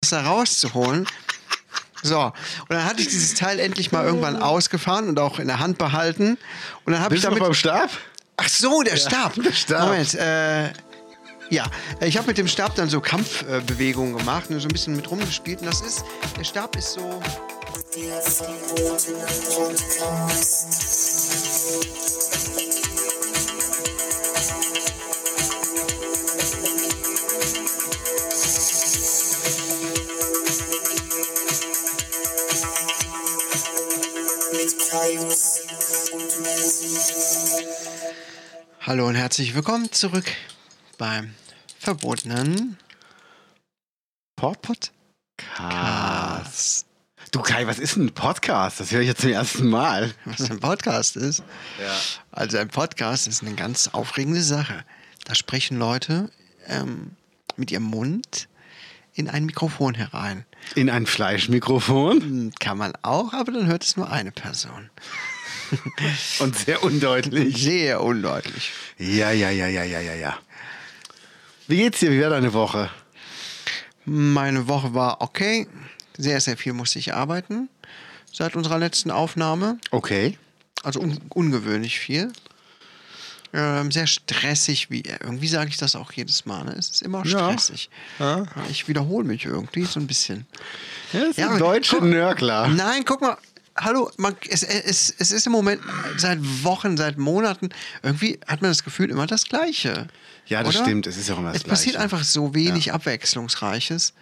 das da rauszuholen. So, und dann hatte ich dieses Teil endlich mal irgendwann ausgefahren und auch in der Hand behalten. Und dann habe ich Bist du noch damit. beim Stab? Ach so, der Stab. der Stab. Moment, äh, ja, ich habe mit dem Stab dann so Kampfbewegungen gemacht und so ein bisschen mit rumgespielt. Und das ist, der Stab ist so. Hallo und herzlich willkommen zurück beim verbotenen Podcast. Ah. Du Kai, was ist denn ein Podcast? Das höre ich jetzt zum ersten Mal. was ein Podcast ist. Also ein Podcast ist eine ganz aufregende Sache. Da sprechen Leute ähm, mit ihrem Mund in ein Mikrofon herein. Hm, In ein Fleischmikrofon Kann man auch, aber dann hört es nur eine Person. und sehr undeutlich. Sehr undeutlich. Ja, ja, ja, ja, ja, ja, ja. Wie geht's dir? Wie war deine Woche? Meine Woche war okay. Sehr, sehr viel musste ich arbeiten. Seit unserer letzten Aufnahme. Okay. Also un ungewöhnlich viel. Ähm, sehr stressig, wie irgendwie sage ich das auch jedes Mal. Ne? Es ist immer Ja. stressig. Ja. Ich wiederhole mich irgendwie so ein bisschen. Ja, das ist Ja, ein deutscher guck- Nörgler. Nein, guck mal. Hallo, man, es, es, es ist im Moment seit Wochen, seit Monaten, irgendwie hat man das Gefühl, immer das Gleiche. Ja, das stimmt, es ist auch immer das Es passiert Gleiche. einfach so wenig Abwechslungsreiches.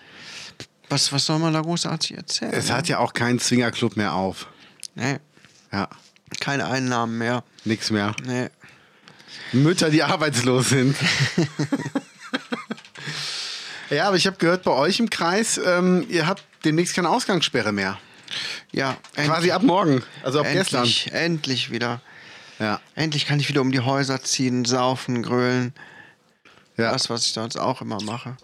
Was, was soll man da großartig erzählen? Es hat ja auch keinen Swingerclub mehr auf. nee, Ja, keine Einnahmen mehr. nix mehr. Nee. Mütter, die arbeitslos sind. ja, aber ich habe gehört, bei euch im Kreis, ähm, ihr habt demnächst keine Ausgangssperre mehr. Ja, Quasi ab morgen, also ab gestern. endlich, endlich wieder. Ja, Endlich kann ich wieder um die Häuser ziehen, saufen, grölen. ja. Das, was ich sonst auch immer mache.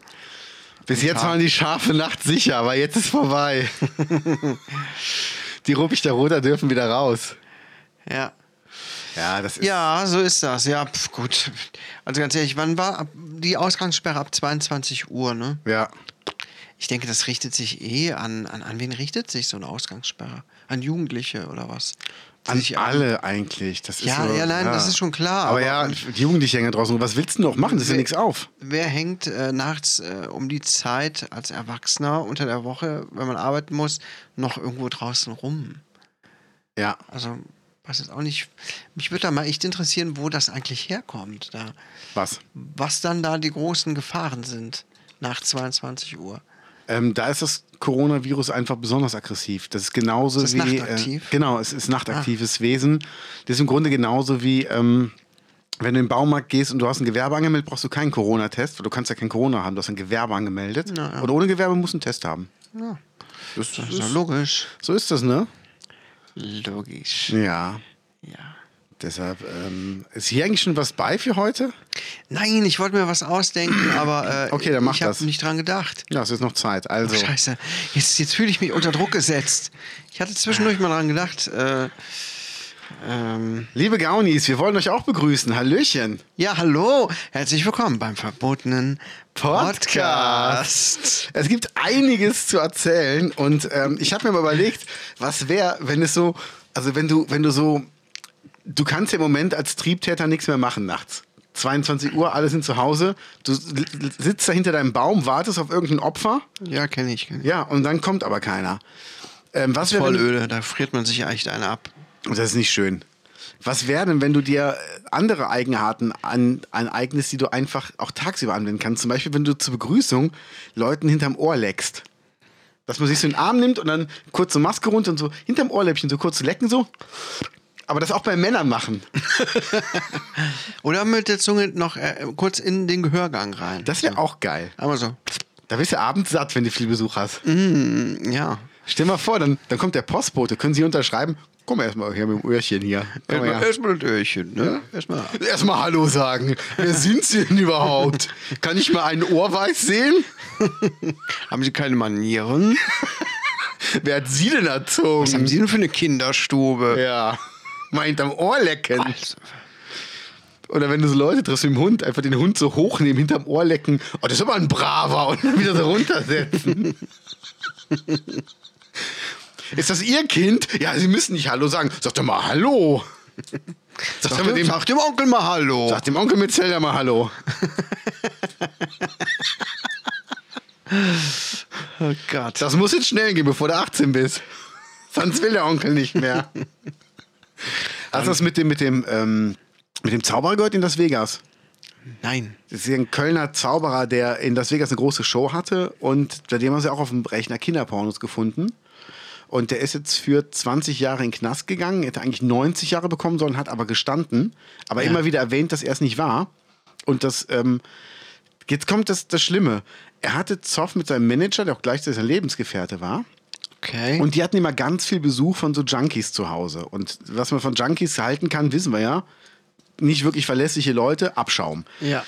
Bis jetzt waren die Schafe Nacht sicher, aber jetzt ist vorbei. die Ruppichter Roter dürfen wieder raus. Ja. Ja, das ist. Ja, so ist das. Ja, pf, gut. Also ganz ehrlich, wann war ab- die Ausgangssperre ab 22 Uhr, ne? ja. Ich denke, das richtet sich eh an, an, an wen richtet sich so eine Ausgangssperre? An Jugendliche oder was? Die An sich- alle eigentlich. Das ist Ja, so, ja, nein, das ist schon klar, Aber, aber- ja, die Jugendlichen hängen draußen. rum. Was willst du noch machen? Das ist ja nichts auf. Wer hängt äh, nachts äh, um die Zeit als Erwachsener unter der Woche, wenn man arbeiten muss, noch irgendwo draußen rum? Ja. Also, weiß jetzt auch nicht. Mich würde da mal echt interessieren, wo das eigentlich herkommt. Da. Was? Was dann da die großen Gefahren sind nach 22 Uhr. Ähm, da ist das Coronavirus einfach besonders aggressiv. Das ist genauso Ist das wie. nachtaktiv? Ah. Äh, genau, es ist nachtaktives Wesen. Das ist im Grunde genauso wie, ähm, wenn du in den Baumarkt gehst und du hast ein Gewerbe angemeldet, brauchst du keinen Corona-Test, weil du kannst ja kein Corona haben. Du hast ein Gewerbe angemeldet. Und ohne Gewerbe musst du einen Test haben. Ja, Das, das ist ist, doch logisch. so ist das, ne? Logisch. Ja. Ja. Deshalb ähm, ist hier eigentlich schon was bei für heute? Nein, ich wollte mir was ausdenken, aber äh, Okay, dann mach ich habe das. nicht dran gedacht. Ja, es ist noch Zeit. Also, Scheiße, jetzt, jetzt fühle ich mich unter Druck gesetzt. Ich hatte zwischendurch mal dran gedacht. Äh, ähm, liebe Gaunis, wir wollen euch auch begrüßen. Hallöchen. ja, hallo, herzlich willkommen beim verbotenen Podcast. Es gibt einiges zu erzählen und ähm, ich habe mir mal überlegt, was wäre, wenn es so, also wenn du, wenn du so, du kannst ja im Moment als Triebtäter nichts mehr machen nachts. 22 Uhr, alle sind zu Hause, du l- l- sitzt da hinter deinem Baum, wartest auf irgendein Opfer, Ja, kenne ich. Kenn ich. ja, und dann kommt aber keiner. Ähm, was wäre, Voll wenn- öde, da friert man sich echt eine ab. Und das ist nicht schön. Was wäre denn, wenn du dir andere Eigenarten an, aneignest, die du einfach auch tagsüber anwenden kannst? Zum Beispiel, wenn du zur Begrüßung Leuten hinterm Ohr leckst. Dass man sich so in den Arm nimmt und dann kurz so Maske runter und so hinterm Ohrläppchen so kurz lecken so. Aber das auch bei Männern machen. Oder mit der Zunge noch äh, kurz in den Gehörgang rein. Das wäre auch geil. Aber so, Da bist du abends satt, wenn du viel Besuch hast. mm, ja. Stell mal vor, dann, dann kommt der Postbote. Können Sie unterschreiben? Komm erstmal her mit dem Öhrchen hier. Komm her. Erstmal, erstmal das Öhrchen, ne? Erstmal. Erstmal Hallo sagen. Wer sind Sie denn überhaupt? Kann ich mal einen Ohrweiß sehen? Haben Sie keine Manieren? Wer hat Sie denn erzogen? Was haben Sie denn für eine Kinderstube? Ja. Meint am Ohr lecken. Also, Oder wenn du so Leute triffst mit dem Hund, einfach den Hund so hochnehmen, hinterm Ohr lecken. Oh, das ist aber ein Braver. Und dann wieder so runtersetzen. ist das ihr Kind? Ja, sie müssen nicht Hallo sagen. Sag doch mal Hallo. Sag, doch Sag mal dem, dem, sag dem Onkel mal Hallo. sag dem Onkel mit Zelda mal Hallo. oh Gott. Das muss jetzt schnell gehen, bevor du 18 bist. Sonst will der Onkel nicht mehr. Hast du das mit dem, mit dem, ähm, mit dem Zauberer gehört in Las Vegas? Nein. Das ist ja ein Kölner Zauberer, der in Las Vegas eine große Show hatte und bei dem haben sie auch auf dem Rechner Kinderpornos gefunden. Und der ist jetzt für 20 Jahre in den Knast gegangen, hätte eigentlich 90 Jahre bekommen sollen, hat aber gestanden, aber immer wieder erwähnt, dass er es nicht war. Und das, ähm, jetzt kommt das, das Schlimme. Er hatte Zoff mit seinem Manager, der auch gleichzeitig sein Lebensgefährte war. Okay. Und die hatten immer ganz viel Besuch von so Junkies zu Hause. Und was man von Junkies halten kann, wissen wir ja. Nicht wirklich verlässliche Leute, Abschaum. ja.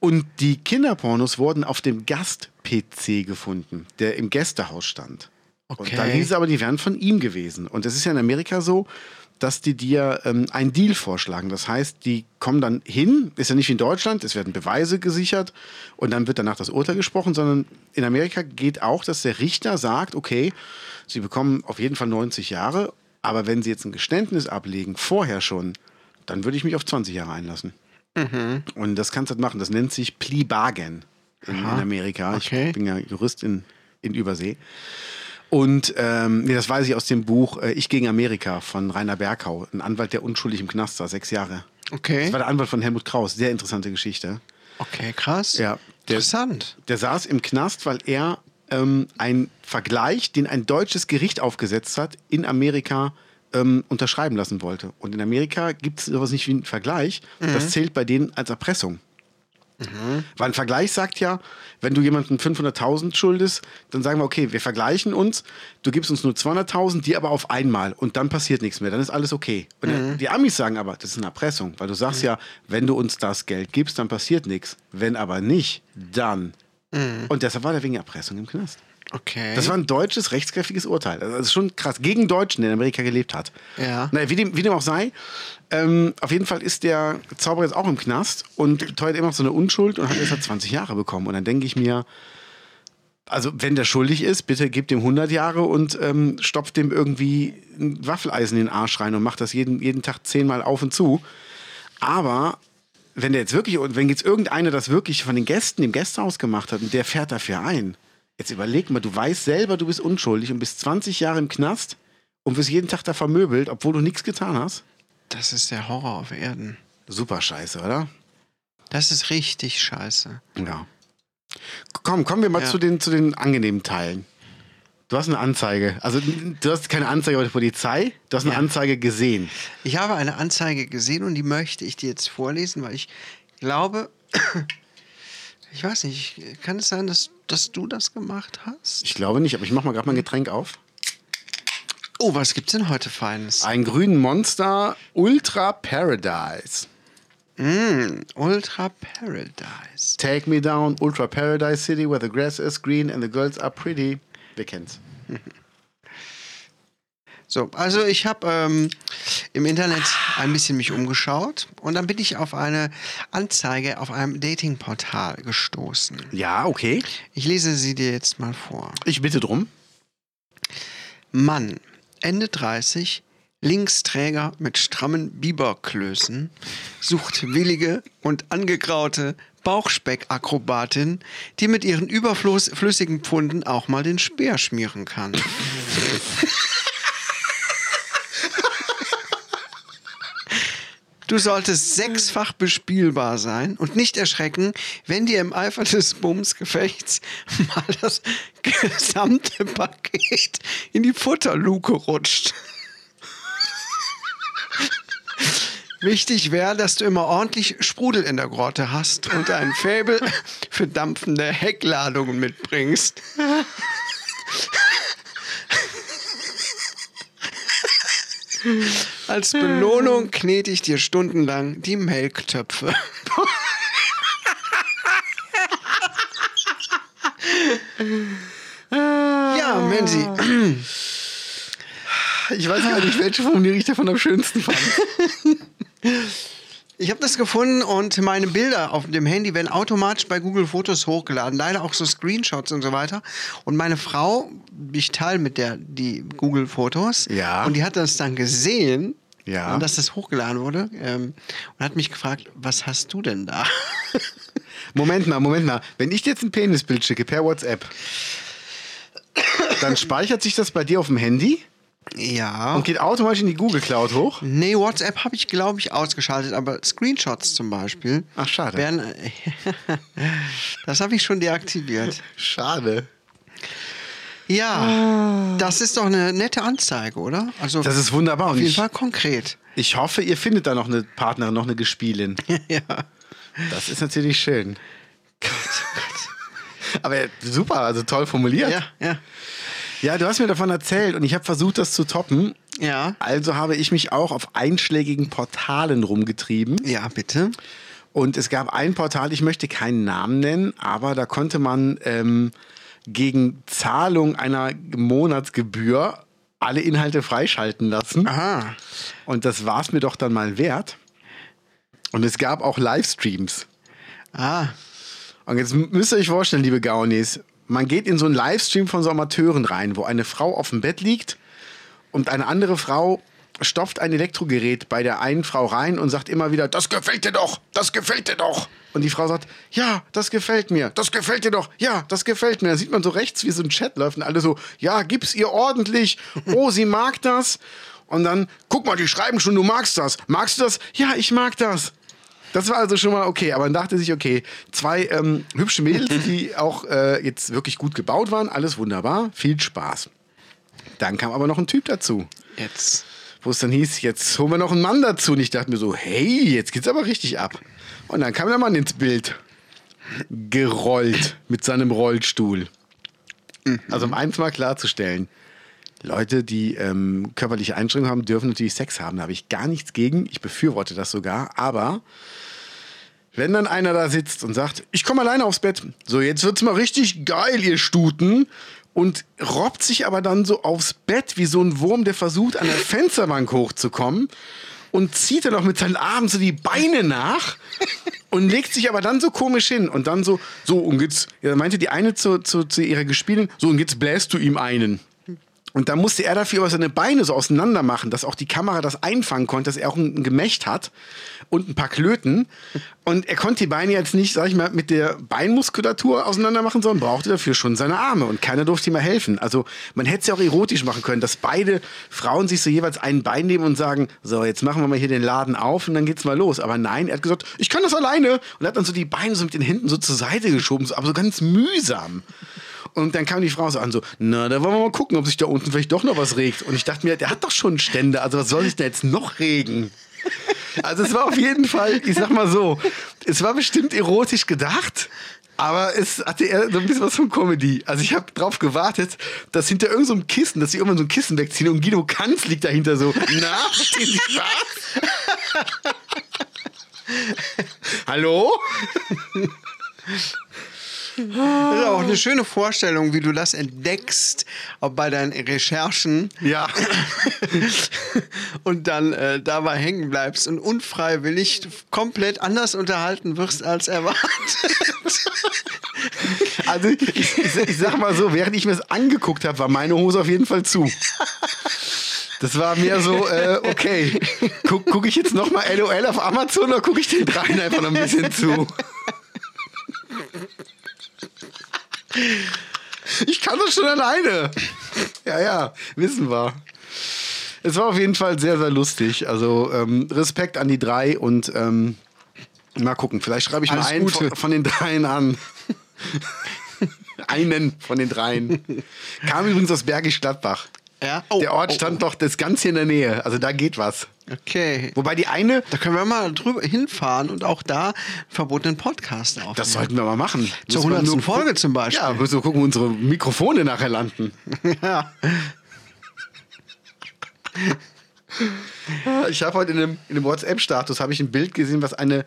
Und die Kinderpornos wurden auf dem Gast-PC gefunden, der im Gästehaus stand. Okay. Und dann hieß es aber, die wären von ihm gewesen. Und es ist ja in Amerika so, dass die dir ähm, einen Deal vorschlagen. Das heißt, die kommen dann hin, ist ja nicht wie in Deutschland, es werden Beweise gesichert und dann wird danach das Urteil gesprochen, sondern in Amerika geht auch, dass der Richter sagt, okay, sie bekommen auf jeden Fall 90 Jahre, aber wenn sie jetzt ein Geständnis ablegen, vorher schon, dann würde ich mich auf 20 Jahre einlassen. Mhm. Und das kannst du halt machen. Das nennt sich Plea Bargain in, in Amerika. Okay. Ich bin ja Jurist in, in Übersee. Und ähm, nee, das weiß ich aus dem Buch äh, Ich gegen Amerika von Rainer Bergau, ein Anwalt, der unschuldig im Knast war, sechs Jahre. Das Okay. war der Anwalt von Helmut Kraus. Sehr interessante Geschichte. Okay, krass. Ja. Der, Interessant. der saß im Knast, weil er ähm, einen Vergleich, den ein deutsches Gericht aufgesetzt hat, in Amerika ähm, unterschreiben lassen wollte. Und in Amerika gibt es sowas nicht wie einen Vergleich. Mhm. Das zählt bei denen als Erpressung. Weil ein Vergleich sagt ja, wenn du jemandem 500.000 schuldest, dann sagen wir, okay, wir vergleichen uns, du gibst uns nur 200.000, die aber auf einmal und dann passiert nichts mehr, dann ist alles okay. Und die Amis sagen aber, das ist eine Erpressung, weil du sagst ja, wenn du uns das Geld gibst, dann passiert nichts. Wenn aber nicht, dann. Und deshalb war der wegen Erpressung im Knast. Okay. Das war ein deutsches, rechtskräftiges Urteil. Also Das ist schon krass. Gegen Deutschen, der in Amerika gelebt hat. Ja. Naja, wie, dem, wie dem auch sei, ähm, auf jeden Fall ist der Zauberer jetzt auch im Knast und teuert immer noch so eine Unschuld und hat jetzt halt 20 Jahre bekommen. Und dann denke ich mir, also wenn der schuldig ist, bitte gib dem 100 Jahre und ähm, stopft dem irgendwie ein Waffeleisen in den Arsch rein und macht das jeden, jeden Tag zehnmal auf und zu. Aber wenn der jetzt wirklich, und wenn jetzt irgendeiner das wirklich von den Gästen im Gästehaus gemacht hat und der fährt dafür ein, jetzt überleg mal, du weißt selber, du bist unschuldig und bist 20 Jahre im Knast und wirst jeden Tag da vermöbelt, obwohl du nichts getan hast. das ist der Horror auf Erden. Super scheiße, oder? Das ist richtig scheiße. Ja. Komm, kommen wir mal Ja. zu, den, zu den angenehmen Teilen. Du hast eine Anzeige. Also, du hast keine Anzeige bei der Polizei, du hast eine Ja. Anzeige gesehen. Ich habe eine Anzeige gesehen und die möchte ich dir jetzt vorlesen, weil ich glaube, ich weiß nicht, kann es sein, dass, dass du das gemacht hast? Ich glaube nicht, aber ich mache mal gerade mein Getränk auf. Oh, was gibt's denn heute Feines? Ein grünen Monster Ultra Paradise. Mm, Ultra Paradise. Take me down, Ultra Paradise City, where the grass is green and the girls are pretty. Wer kennt's? So, also ich habe ähm, im Internet ein bisschen mich umgeschaut und dann bin ich auf eine Anzeige auf einem Datingportal gestoßen. Ja, okay. Ich lese sie dir jetzt mal vor. Ich bitte drum. Mann, Ende 30, Linksträger mit strammen Biberklößen, sucht willige und angegraute Bauchspeckakrobatin, die mit ihren überflüssigen Pfunden auch mal den Speer schmieren kann. Du solltest sechsfach bespielbar sein und nicht erschrecken, wenn dir im Eifer des Bumsgefechts mal das gesamte Paket in die Futterluke rutscht. Wichtig wäre, dass du immer ordentlich Sprudel in der Grotte hast und ein Faible für dampfende Heckladungen mitbringst. Als Hm. Belohnung knete ich dir stundenlang die Melktöpfe. ja, Menzi. Ich weiß gar nicht, welche Formulierung ich davon am schönsten fand. Ich habe das gefunden und meine Bilder auf dem Handy werden automatisch bei Google Fotos hochgeladen. Leider auch so Screenshots und so weiter. Und meine Frau, ich teile mit der die Google Fotos. Ja. Und die hat das dann gesehen. Ja. Und dass das hochgeladen wurde. Ähm, und hat mich gefragt, was hast du denn da? Moment mal, Moment mal. Wenn ich dir jetzt ein Penisbild schicke per WhatsApp, dann speichert sich das bei dir auf dem Handy ja. und geht automatisch in die Google Cloud hoch. Nee, WhatsApp habe ich, glaube ich, ausgeschaltet, aber Screenshots zum Beispiel. Ach, schade. Werden, äh, das habe ich schon deaktiviert. Schade. Ja, das ist doch eine nette Anzeige, oder? Also Das ist wunderbar. auf Und jeden ich, Fall konkret. ich hoffe, ihr findet da noch eine Partnerin, noch eine Gespielin. ja. Das ist natürlich schön. oh Aber super, also toll formuliert. ja, ja, Ja, du hast mir davon erzählt und ich habe versucht, das zu toppen. ja. Also habe ich mich auch auf einschlägigen Portalen rumgetrieben. Ja, bitte. Und es gab ein Portal, ich möchte keinen Namen nennen, aber da konnte man ähm, gegen Zahlung einer Monatsgebühr alle Inhalte freischalten lassen. Aha. Und das war es mir doch dann mal wert. Und es gab auch Livestreams. Ah, Und jetzt m- müsst ihr euch vorstellen, liebe Gaunis, man geht in so einen Livestream von so Amateuren rein, wo eine Frau auf dem Bett liegt und eine andere Frau stopft ein Elektrogerät bei der einen Frau rein und sagt immer wieder, das gefällt dir doch, das gefällt dir doch. Und die Frau sagt, ja, das gefällt mir, das gefällt dir doch, ja, das gefällt mir. Da sieht man so rechts, wie so ein Chat läuft und alle so, ja, gib's ihr ordentlich, oh, sie mag das. Und dann, guck mal, die schreiben schon, du magst das. Magst du das? Ja, ich mag das. Das war also schon mal okay, aber man dachte sich, okay, zwei ähm, hübsche Mädels, die auch äh, jetzt wirklich gut gebaut waren, alles wunderbar, viel Spaß. Dann kam aber noch ein Typ dazu, jetzt. wo es dann hieß, jetzt holen wir noch einen Mann dazu. Und ich dachte mir so, hey, jetzt geht's aber richtig ab. Und dann kam der Mann ins Bild, gerollt mit seinem Rollstuhl. Also um eins mal klarzustellen, Leute, die ähm, körperliche Einschränkungen haben, dürfen natürlich Sex haben. Da habe ich gar nichts gegen. Ich befürworte das sogar. Aber wenn dann einer da sitzt und sagt, ich komme alleine aufs Bett. So, jetzt wird's mal richtig geil, ihr Stuten. Und robbt sich aber dann so aufs Bett wie so ein Wurm, der versucht, an der Fensterbank hochzukommen. Und zieht dann auch mit seinen Armen so die Beine nach und legt sich aber dann so komisch hin. Und dann so, so, und jetzt, ja, meinte die eine zu, zu, zu ihrer Gespielin, so, und jetzt bläst du ihm einen. Und da musste er dafür aber seine Beine so auseinander machen, dass auch die Kamera das einfangen konnte, dass er auch ein Gemächt hat und ein paar Klöten. Und er konnte die Beine jetzt nicht, sag ich mal, mit der Beinmuskulatur auseinander machen, sondern brauchte dafür schon seine Arme. Und keiner durfte ihm mal helfen. Also man hätte es ja auch erotisch machen können, dass beide Frauen sich so jeweils ein Bein nehmen und sagen, so, jetzt machen wir mal hier den Laden auf und dann geht's mal los. Aber nein, er hat gesagt, ich kann das alleine. Und hat dann so die Beine so mit den Händen so zur Seite geschoben, so, aber so ganz mühsam. Und dann kam die Frau so an, so, na, da wollen wir mal gucken, ob sich da unten vielleicht doch noch was regt. Und ich dachte mir, der hat doch schon Stände, also was soll sich denn jetzt noch regen? Also es war auf jeden Fall, ich sag mal so, es war bestimmt erotisch gedacht, aber es hatte eher so ein bisschen was von Comedy. Also ich habe drauf gewartet, dass hinter irgendeinem so einem Kissen, dass sie irgendwann so ein Kissen wegziehen und Guido Kanz liegt dahinter so, na, verstehen Sie was? Hallo? Das ist auch eine schöne Vorstellung, wie du das entdeckst auch bei deinen Recherchen Ja. und dann äh, dabei hängen bleibst und unfreiwillig komplett anders unterhalten wirst als erwartet. Also ich, ich, ich sag mal so, während ich mir das angeguckt habe, war meine Hose auf jeden Fall zu. Das war mehr so, äh, okay, gucke guck ich jetzt nochmal LOL auf Amazon oder gucke ich den dreien einfach noch ein bisschen zu? Ich kann das schon alleine. Ja, ja, wissen wir. Es war auf jeden Fall sehr, sehr lustig. Also ähm, Respekt an die drei und ähm, mal gucken, vielleicht schreibe ich Alles mal einen Gute. von, von den dreien an. einen von den dreien. Kam übrigens aus Bergisch Gladbach. Ja. Oh, Der Ort oh, stand doch das ganz hier in der Nähe. Also da geht was. Okay. Wobei die eine, Da können wir mal drüber hinfahren und auch da einen verbotenen Podcast aufnehmen. das sollten wir mal machen. Zur Müssen wir 100. nur- Folge zum Beispiel. Ja, müssen wir gucken, wo unsere Mikrofone nachher landen. Ja. Ich habe heute in einem, in einem WhatsApp-Status habe ich ein Bild gesehen, was eine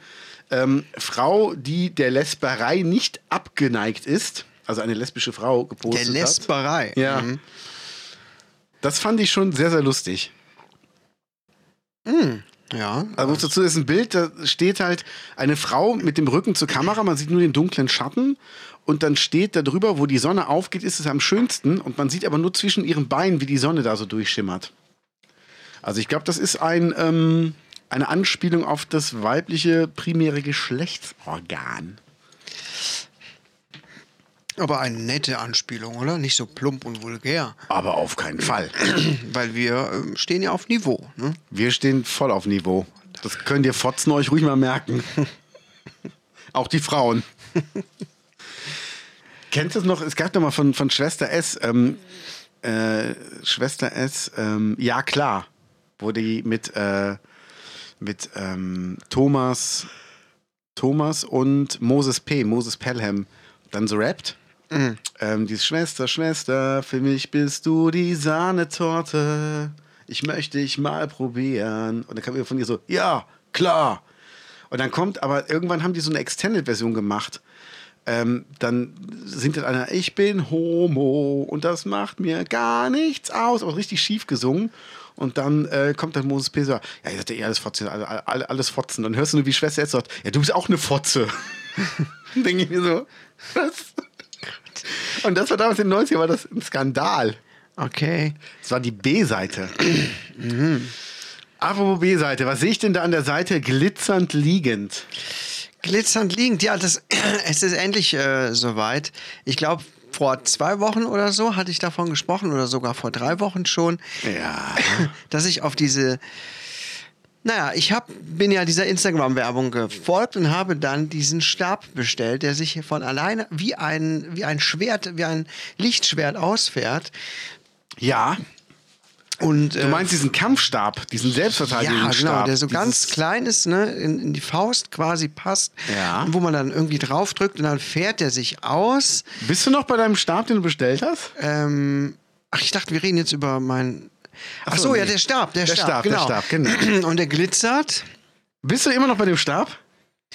ähm, Frau, die der Lesberei nicht abgeneigt ist, also eine lesbische Frau Der gepostet hat. Lesberei. Ja. Mhm. Das fand ich schon sehr, sehr lustig. Ja. Also muss dazu ist ein Bild, da steht halt eine Frau mit dem Rücken zur Kamera, man sieht nur den dunklen Schatten und dann steht da drüber, wo die Sonne aufgeht, ist es am schönsten und man sieht aber nur zwischen ihren Beinen, wie die Sonne da so durchschimmert. Also ich glaube, das ist ein, ähm, eine Anspielung auf das weibliche primäre Geschlechtsorgan. Aber eine nette Anspielung, oder? Nicht so plump und vulgär. Aber auf keinen Fall. Weil wir ähm, stehen ja auf Niveau. Ne? Wir stehen voll auf Niveau. Das könnt ihr Fotzen euch ruhig mal merken. Auch die Frauen. Kennt ihr das noch? Es gab doch mal von, von Schwester S. Ähm, äh, Schwester S. Ähm, ja, klar. Wo die mit, äh, mit ähm, Thomas, Thomas und Moses P., Moses Pelham, dann so rappt. Ähm, die Schwester, Schwester, für mich bist du die Sahnetorte. Ich möchte dich mal probieren. Und dann kam immer von ihr so, ja, klar. Und dann kommt, aber irgendwann haben die so eine Extended-Version gemacht. Ähm, dann singt dann einer, ich bin Homo und das macht mir gar nichts aus, aber richtig schief gesungen. Und dann äh, kommt dann Moses P. so, ja, ihr seid ja eh alles Fotzen, alle- alle- alles Fotzen. Dann hörst du nur, wie Schwester jetzt sagt, ja, du bist auch eine Fotze. Dann Denke ich mir so, was? Und das war damals in den 90ern, war das ein Skandal. Okay. Das war die B-Seite. Apropos B-Seite, was sehe ich denn da an der Seite glitzernd liegend? Glitzernd liegend, ja, das, es ist endlich äh, soweit. Ich glaube, vor zwei Wochen oder so hatte ich davon gesprochen oder sogar vor drei Wochen schon, Ja. dass ich auf diese. Naja, ich hab, bin ja dieser Instagram-Werbung gefolgt und habe dann diesen Stab bestellt, der sich von alleine wie ein, wie ein Schwert, wie ein Lichtschwert ausfährt. Ja. Und, äh, Du meinst diesen Kampfstab, diesen Ja, Selbstverteidigungsstab. genau, der so Also dieses- ganz klein ist, ne, in, in die Faust quasi passt, Ja. wo man dann irgendwie draufdrückt und dann fährt der sich aus. Bist du noch bei deinem Stab, den du bestellt hast? Ähm, ach, ich dachte, wir reden jetzt über meinen. Ach so, so, ja, nee. der Stab, der, Der Stab, Stab, der genau. Stab, genau. Und der glitzert. Bist du immer noch bei dem Stab?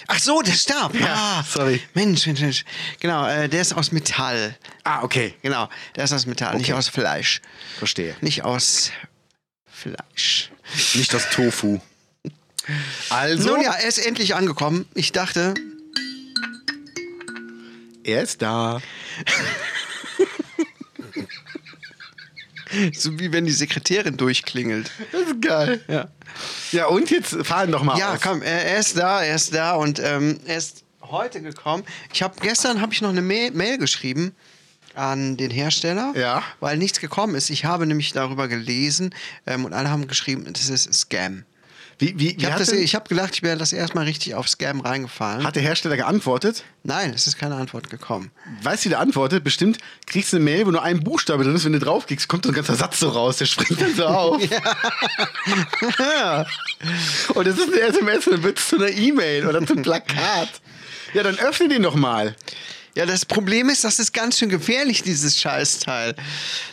Ach so, der Stab. Ja, ah, sorry. Mensch, Mensch, Mensch. Genau, äh, der ist aus Metall. Ah, okay. Genau, der ist aus Metall, nicht Okay. aus Fleisch. Verstehe. Nicht aus Fleisch. Nicht das Tofu. Also, Nun ja, er ist endlich angekommen. Ich dachte, er ist da. so wie wenn die Sekretärin durchklingelt. Das ist geil. Ja. Ja, und jetzt fahren doch mal Ja, aus. komm, er, er ist da, er ist da und ähm, er ist heute gekommen. Ich habe gestern habe ich noch eine Mail, Mail geschrieben an den Hersteller, Ja. weil nichts gekommen ist. Ich habe nämlich darüber gelesen ähm, und alle haben geschrieben, das ist Scam. Wie, wie, wie Ich habe hat, das- eh- denn- ich hab gedacht, ich wäre das erstmal richtig auf Scam reingefallen. hat der Hersteller geantwortet? Nein, es ist keine Antwort gekommen. Weißt du, wie der antwortet? Bestimmt kriegst du eine Mail, wo nur ein Buchstabe drin ist. Wenn du draufklickst, kommt so ein ganzer Satz so raus. Der springt dann so auf. Und das ist eine SMS und dann wird es zu einer E-Mail oder zum Plakat. Ja, dann öffne den doch mal. Ja, das Problem ist, das ist ganz schön gefährlich, dieses Scheißteil.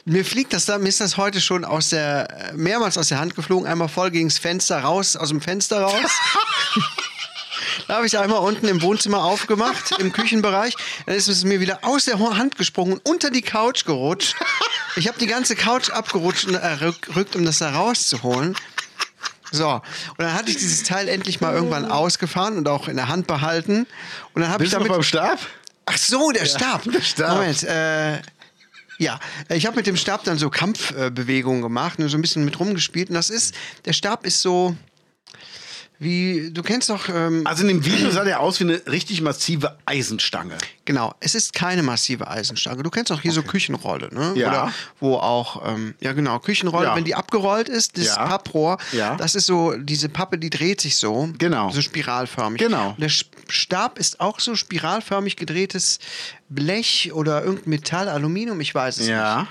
Mir fliegt das da, mir ist das heute schon aus der, äh, mehrmals aus der Hand geflogen, einmal voll gegens Fenster raus, aus dem Fenster raus. da habe ich einmal unten im Wohnzimmer aufgemacht, im Küchenbereich. Dann ist es mir wieder aus der Ho- Hand gesprungen und unter die Couch gerutscht. Ich habe die ganze Couch abgerutscht und errückt, um das da rauszuholen. So, und dann hatte ich dieses Teil endlich mal irgendwann ausgefahren und auch in der Hand behalten. Und dann habe ich Bist du noch damit beim Stab? Ach so, der Stab. der Stab. Moment, äh, ja, ich habe mit dem Stab dann so Kampfbewegungen gemacht und so ein bisschen mit rumgespielt. Und das ist, der Stab ist so wie, du kennst doch, ähm, Also in dem Video sah der aus wie eine richtig massive Eisenstange. genau, es ist keine massive Eisenstange. Du kennst doch hier so Küchenrolle, ne? Ja. Oder wo auch, ähm, ja genau, Küchenrolle, Ja. wenn die abgerollt ist, das Ja. Papprohr, Ja. das ist so, diese Pappe, die dreht sich so. Genau. So spiralförmig. Genau. Und der Sch- Stab ist auch so spiralförmig gedrehtes Blech oder irgendein Metall, Aluminium, ich weiß es nicht.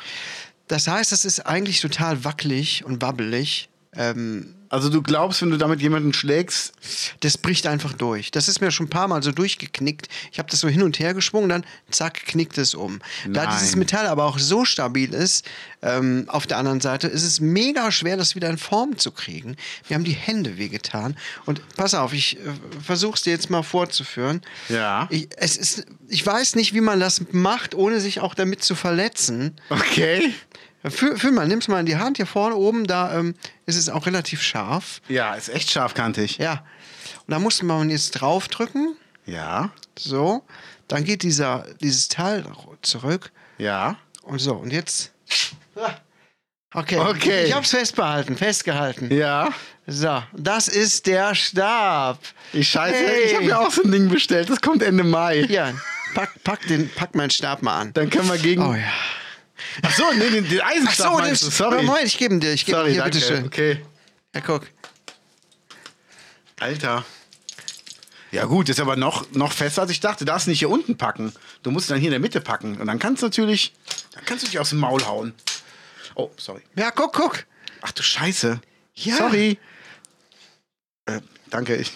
Das heißt, das ist eigentlich total wackelig und wabbelig. Ähm, Also du glaubst, wenn du damit jemanden schlägst, das bricht einfach durch. Das ist mir schon ein paar Mal so durchgeknickt. Ich habe das so hin und her geschwungen, dann zack, knickt es um. Da Nein. dieses Metall aber auch so stabil ist, ähm, auf der anderen Seite, ist es mega schwer, das wieder in Form zu kriegen. Wir haben die Hände wehgetan. Und pass auf, ich äh, versuche es dir jetzt mal vorzuführen. Ja. Ich, es ist, ich weiß nicht, wie man das macht, ohne sich auch damit zu verletzen. okay, Fühl, fühl mal, nimm's mal in die Hand. Hier vorne oben, da ähm, ist es auch relativ scharf. Ja, ist echt scharfkantig. Ja. Und da muss man jetzt draufdrücken. Ja, So. Dann geht dieser, dieses Teil zurück. ja. Und so. Und jetzt. Okay. Okay. Ich hab's festbehalten, festgehalten. Ja. So, das ist der Stab. Ich scheiße, Hey. ich habe mir auch so ein Ding bestellt. Das kommt Ende Mai. Ja, pack, pack, den, pack meinen Stab mal an. Dann können wir gegen. Oh ja. Ach so, nee, den, den Eisenstab Achso, meinst du, sorry. Moment, ich gebe ihn dir. Ich gebe sorry, dir, danke. bitteschön. Okay. Ja, guck. Alter. Ja gut, ist aber noch, noch fester als ich dachte. Du darfst nicht hier unten packen. Du musst dann hier in der Mitte packen. Und dann kannst du natürlich, dann kannst du dich aus dem Maul hauen. Oh, sorry. Ja, guck, guck. Ach du Scheiße. Ja. Sorry. Äh, danke. Ich,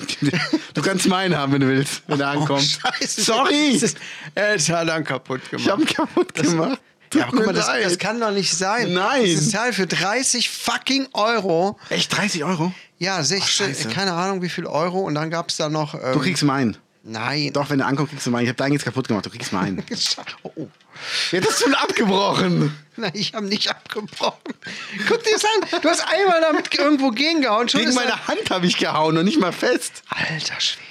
du kannst meinen haben, wenn du willst, wenn er Oh, ankommt. scheiße. Sorry. Das ist- Er ist halt dann kaputt gemacht. Ich habe ihn kaputt gemacht. Tut ja, aber guck mir mal, das, leid. das kann doch nicht sein. Nein. Dieses Teil für 30 fucking Euro. Echt 30 Euro? Ja, 16, scheiße. keine Ahnung wie viel Euro. Und dann gab es da noch. Ähm, Du kriegst meinen. Nein. Doch, wenn du ankommst, kriegst du meinen. Ich habe deinen jetzt kaputt gemacht. Du kriegst meinen. Oh, oh. Jetzt hast du ihn abgebrochen. Nein, ich habe nicht abgebrochen. Guck dir das an. Du hast einmal damit irgendwo gegengehauen. Schon Gegen ist er- meine Hand habe ich gehauen und nicht mal fest. Alter Schwede.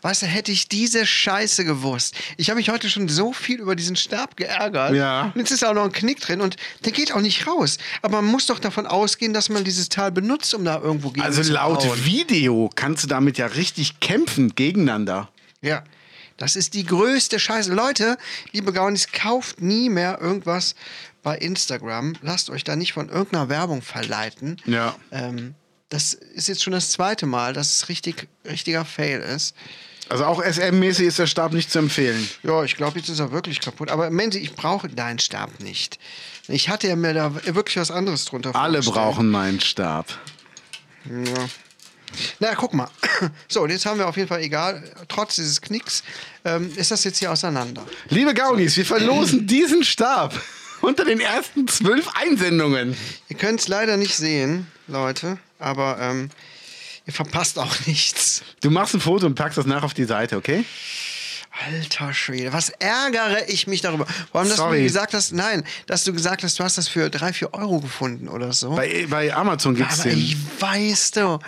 Weißt du, hätte ich diese Scheiße gewusst. Ich habe mich heute schon so viel über diesen Stab geärgert. Ja. Und jetzt ist auch noch ein Knick drin und der geht auch nicht raus. Aber man muss doch davon ausgehen, dass man dieses Teil benutzt, um da irgendwo gegen Also zu laut hauen. Video kannst du damit ja richtig kämpfen gegeneinander. Ja. Das ist die größte Scheiße. Leute, liebe Gaunis, kauft nie mehr irgendwas bei Instagram. Lasst euch da nicht von irgendeiner Werbung verleiten. Ja. Ähm, das ist jetzt schon das zweite Mal, dass es richtig, richtiger Fail ist. Also auch SM-mäßig ist der Stab nicht zu empfehlen. Ja, ich glaube, jetzt ist er wirklich kaputt. Aber Menzi, ich brauche deinen Stab nicht. Ich hatte ja mir da wirklich was anderes drunter Alle vorgestellt. brauchen meinen Stab. Ja. Na, guck mal. So, und jetzt haben wir auf jeden Fall, egal, trotz dieses Knicks, ähm, ist das jetzt hier auseinander. Liebe Gaunis, wir verlosen diesen Stab unter den ersten zwölf Einsendungen. Ihr könnt es leider nicht sehen, Leute, aber ähm, ihr verpasst auch nichts. Du machst ein Foto und packst das nach auf die Seite, okay? Alter Schwede, was ärgere ich mich darüber. Vor allem, dass du Sorry. mir gesagt hast, nein, dass du gesagt hast, du hast das für 3, 4 Euro gefunden oder so. Bei, bei Amazon gibt's Aber den. ich weiß doch.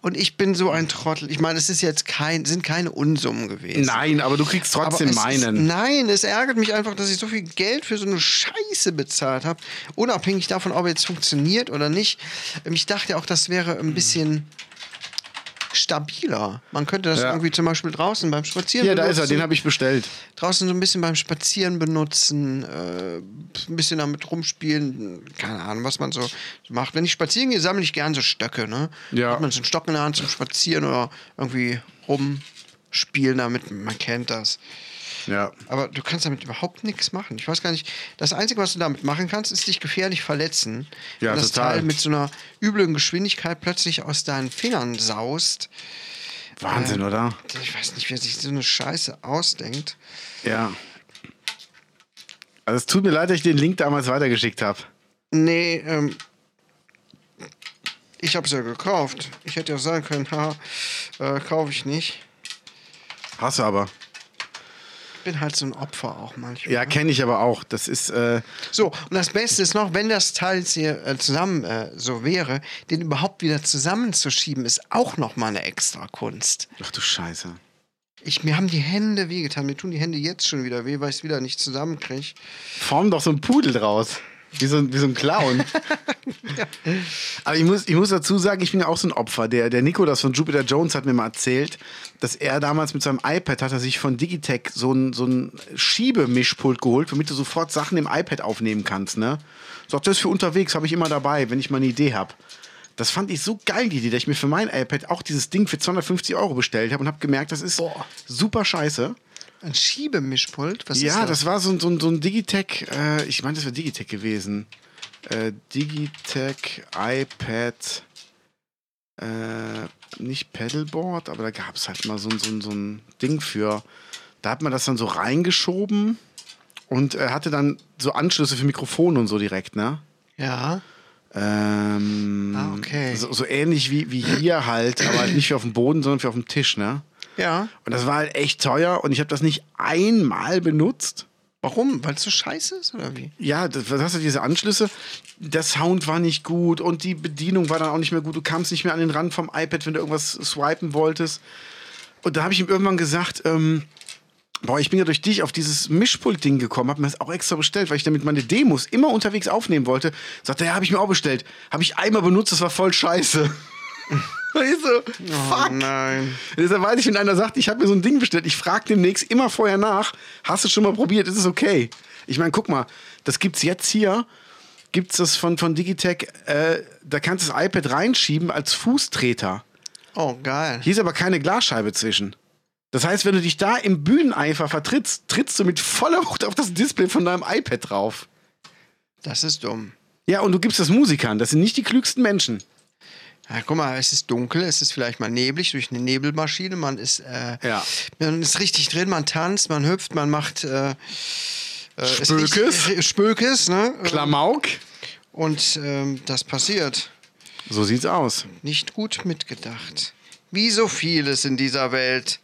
Und ich bin so ein Trottel. Ich meine, es ist jetzt kein, sind keine Unsummen gewesen. Nein, aber du kriegst Aber trotzdem es Ist, meinen. nein, es ärgert mich einfach, dass ich so viel Geld für so eine Scheiße bezahlt habe. Unabhängig davon, ob er jetzt funktioniert oder nicht. Ähm, Ich dachte auch, das wäre ein bisschen stabiler. Man könnte das Ja. irgendwie zum Beispiel draußen beim Spazieren Hier, da ist er, benutzen. den habe ich bestellt. draußen so ein bisschen beim Spazieren benutzen, äh, ein bisschen damit rumspielen, keine Ahnung, was man so macht. Wenn ich spazieren gehe, sammle ich gern so Stöcke, ne? Ja. Hat man so einen Stock in der Hand zum Spazieren oder irgendwie rumspielen damit, man kennt das. Ja. Aber du kannst damit überhaupt nichts machen. Ich weiß gar nicht. Das Einzige, was du damit machen kannst, ist dich gefährlich verletzen. Ja, Wenn das total. Teil mit so einer üblen Geschwindigkeit plötzlich aus deinen Fingern saust. Wahnsinn, oder? Ich weiß nicht, wer sich so eine Scheiße ausdenkt. Ja. Also es tut mir leid, dass ich den Link damals weitergeschickt habe. Nee, ähm. Ich hab's ja gekauft. Ich hätte ja sagen können, ha, äh, kaufe ich nicht. Hast du aber. Bin halt so ein Opfer auch manchmal. Ja, kenne ich aber auch. Das ist, äh, So, und das Beste ist noch, wenn das Teil jetzt hier äh, zusammen äh, so wäre, den überhaupt wieder zusammenzuschieben, ist auch nochmal eine extra Kunst. ach du Scheiße. Ich, mir haben die Hände wehgetan. Mir tun die Hände jetzt schon wieder weh, weil ich es wieder nicht zusammenkriege. Form doch so ein Pudel draus. Wie so, ein- wie so ein Clown. Aber ich muss, ich muss dazu sagen, ich bin ja auch so ein Opfer. Der, der Nikolas von Jupiter Jones hat mir mal erzählt, dass er damals mit seinem iPad hat er sich von Digitech so ein, so ein Schiebemischpult geholt, womit du sofort Sachen im iPad aufnehmen kannst. Ne? Sagt, das ist für unterwegs, habe ich immer dabei, wenn ich mal eine Idee habe. Das fand ich so geil, die Idee, dass ich mir für mein iPad auch dieses Ding für 250 Euro bestellt habe und habe gemerkt, das ist Boah. super scheiße. Ein Schiebemischpult? Was ist Ja, das? das war so, ein- so, ein- so ein Digitech, äh, ich meine, das wäre Digitech gewesen. Äh, Digitech, iPad, äh, nicht Paddleboard, aber da gab es halt mal so, ein- so, ein- so ein Ding für. Da hat man das dann so reingeschoben und äh, hatte dann so Anschlüsse für Mikrofone und so direkt, ne? Ja. Ähm, Ah, okay. So, so ähnlich wie, wie hier halt, aber nicht für auf dem Boden, sondern für auf dem Tisch, ne? Ja. Und das war halt echt teuer und ich habe das nicht einmal benutzt. Warum? Weil es so scheiße ist oder wie? Ja, das, was hast du diese Anschlüsse? Der Sound war nicht gut und die Bedienung war dann auch nicht mehr gut. Du kamst nicht mehr an den Rand vom iPad, wenn du irgendwas swipen wolltest. Und da habe ich ihm irgendwann gesagt, ähm, boah, ich bin ja durch dich auf dieses Mischpult-Ding gekommen, habe mir das auch extra bestellt, weil ich damit meine Demos immer unterwegs aufnehmen wollte. Sagt er, ja, habe ich mir auch bestellt. Habe ich einmal benutzt, das war voll scheiße. Und ich so, fuck. Oh nein. Deshalb weiß ich, wenn einer sagt, ich habe mir so ein Ding bestellt, ich frage demnächst immer vorher nach, hast du schon mal probiert, ist es okay? Ich meine, guck mal, das gibt's jetzt hier, gibt's das von, von Digitech, äh, da kannst du das iPad reinschieben als Fußtreter. Oh, geil. Hier ist aber keine Glasscheibe zwischen. Das heißt, wenn du dich da im Bühneneifer vertrittst, trittst du mit voller Wucht auf das Display von deinem iPad drauf. Das ist dumm. Ja, und du gibst das Musikern, das sind nicht die klügsten Menschen. Ja, guck mal, es ist dunkel, es ist vielleicht mal neblig durch eine Nebelmaschine, man ist, äh, Ja. man ist richtig drin, man tanzt, man hüpft, man macht äh, äh, es riecht- Spökes. äh, Spökes, ne? Klamauk. Und ähm, das passiert. So sieht's aus. Nicht gut mitgedacht. Wie so vieles in dieser Welt.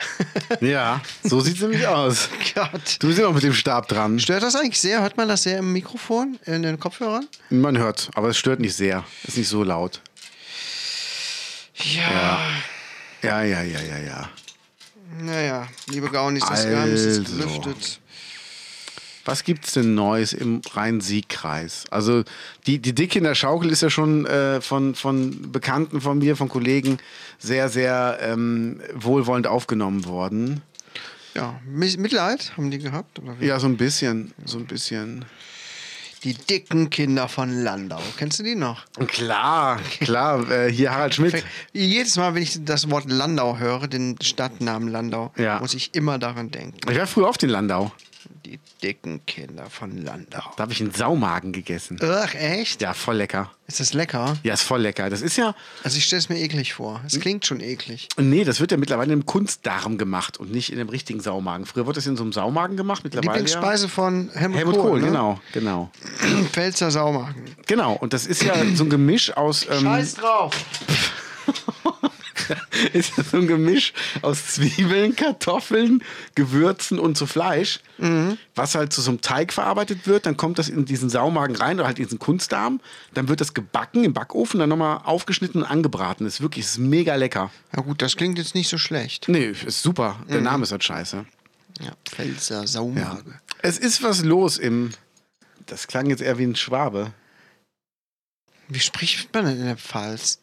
Ja, so sieht's nämlich aus. Gott. Du bist immer mit dem Stab dran. Stört das eigentlich sehr? Hört man das sehr im Mikrofon, in den Kopfhörern? Man hört, aber es stört nicht sehr. Ist nicht so laut. Ja. Ja, ja, ja, ja, ja. Naja, liebe Gaunis, das Geheimnis ist Also. gelüftet. Was gibt's denn Neues im Rhein-Sieg-Kreis? Also die, die Dicke in der Schaukel ist ja schon äh, von, von Bekannten von mir, von Kollegen sehr, sehr ähm, wohlwollend aufgenommen worden. Ja, Mi- Mitleid haben die gehabt? Oder wie? Ja, so ein bisschen, so ein bisschen. Die dicken Kinder von Landau. Kennst du die noch? Klar, klar. Äh, hier Harald Schmidt. Jedes Mal, wenn ich das Wort Landau höre, den Stadtnamen Landau, Ja. muss ich immer daran denken. Ich war früher oft in Landau. Die dicken Kinder von Landau. Da habe ich einen Saumagen gegessen. Ach, echt? Ja, voll lecker. Ist das lecker? Ja, ist voll lecker. Das ist ja, Also ich stelle es mir eklig vor. Hm? Es klingt schon eklig. Nee, das wird ja mittlerweile im Kunstdarm gemacht und nicht in dem richtigen Saumagen. Früher wurde das in so einem Saumagen gemacht, mittlerweile. Ja. Lieblingsspeise von Helmut, Helmut Kohl, Kohl, ne? genau, genau. Pfälzer Saumagen. Genau, und das ist ja so ein Gemisch aus. Ähm, drauf. ist ja so ein Gemisch aus Zwiebeln, Kartoffeln, Gewürzen und so Fleisch, was halt zu so einem Teig verarbeitet wird. Dann kommt das in diesen Saumagen rein oder halt in diesen Kunstdarm. Dann wird das gebacken im Backofen, dann nochmal aufgeschnitten und angebraten. Ist wirklich ist mega lecker. Na gut, das klingt jetzt nicht so schlecht. Nee, ist super. Der Name ist halt scheiße. Ja, Pfälzer Saumagen. Es ist was los im. Das klang jetzt eher wie ein Schwabe. Wie spricht man denn in der Pfalz?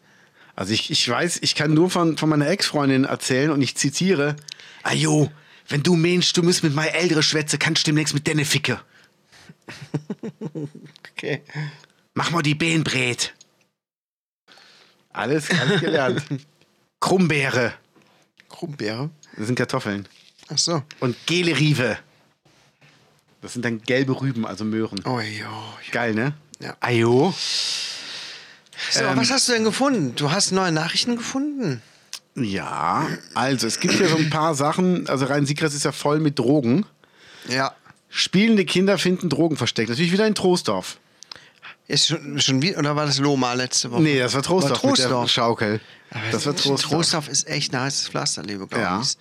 Also ich, ich weiß, ich kann nur von, von meiner Ex-Freundin erzählen und ich zitiere: Ajo, wenn du meinst, du müsst mit meiner ältere schwätze, kannst du demnächst mit denne ficke. Okay. Mach mal die Behnbret. Alles, alles gelernt. Krummbeere. Krummbeere. Das sind Kartoffeln. Ach so. Und Gelerive. Das sind dann gelbe Rüben, also Möhren. Oh, jo. Geil, ne? Ja. Ajo. So, Ähm. was hast du denn gefunden? Du hast neue Nachrichten gefunden? Ja, also es gibt ja so ein paar Sachen. Also Rhein-Sieg-Kreis ist ja voll mit Drogen. Ja. Spielende Kinder finden Drogen versteckt. Natürlich wieder in Trostorf. Ist schon, schon wieder, oder war das Loma letzte Woche? Nee, das war Trostorf, War mit der Trostorf. Schaukel. Oh. Aber Das war Trostorf. Trostorf ist echt ein heißes Pflaster, liebe Gaunis.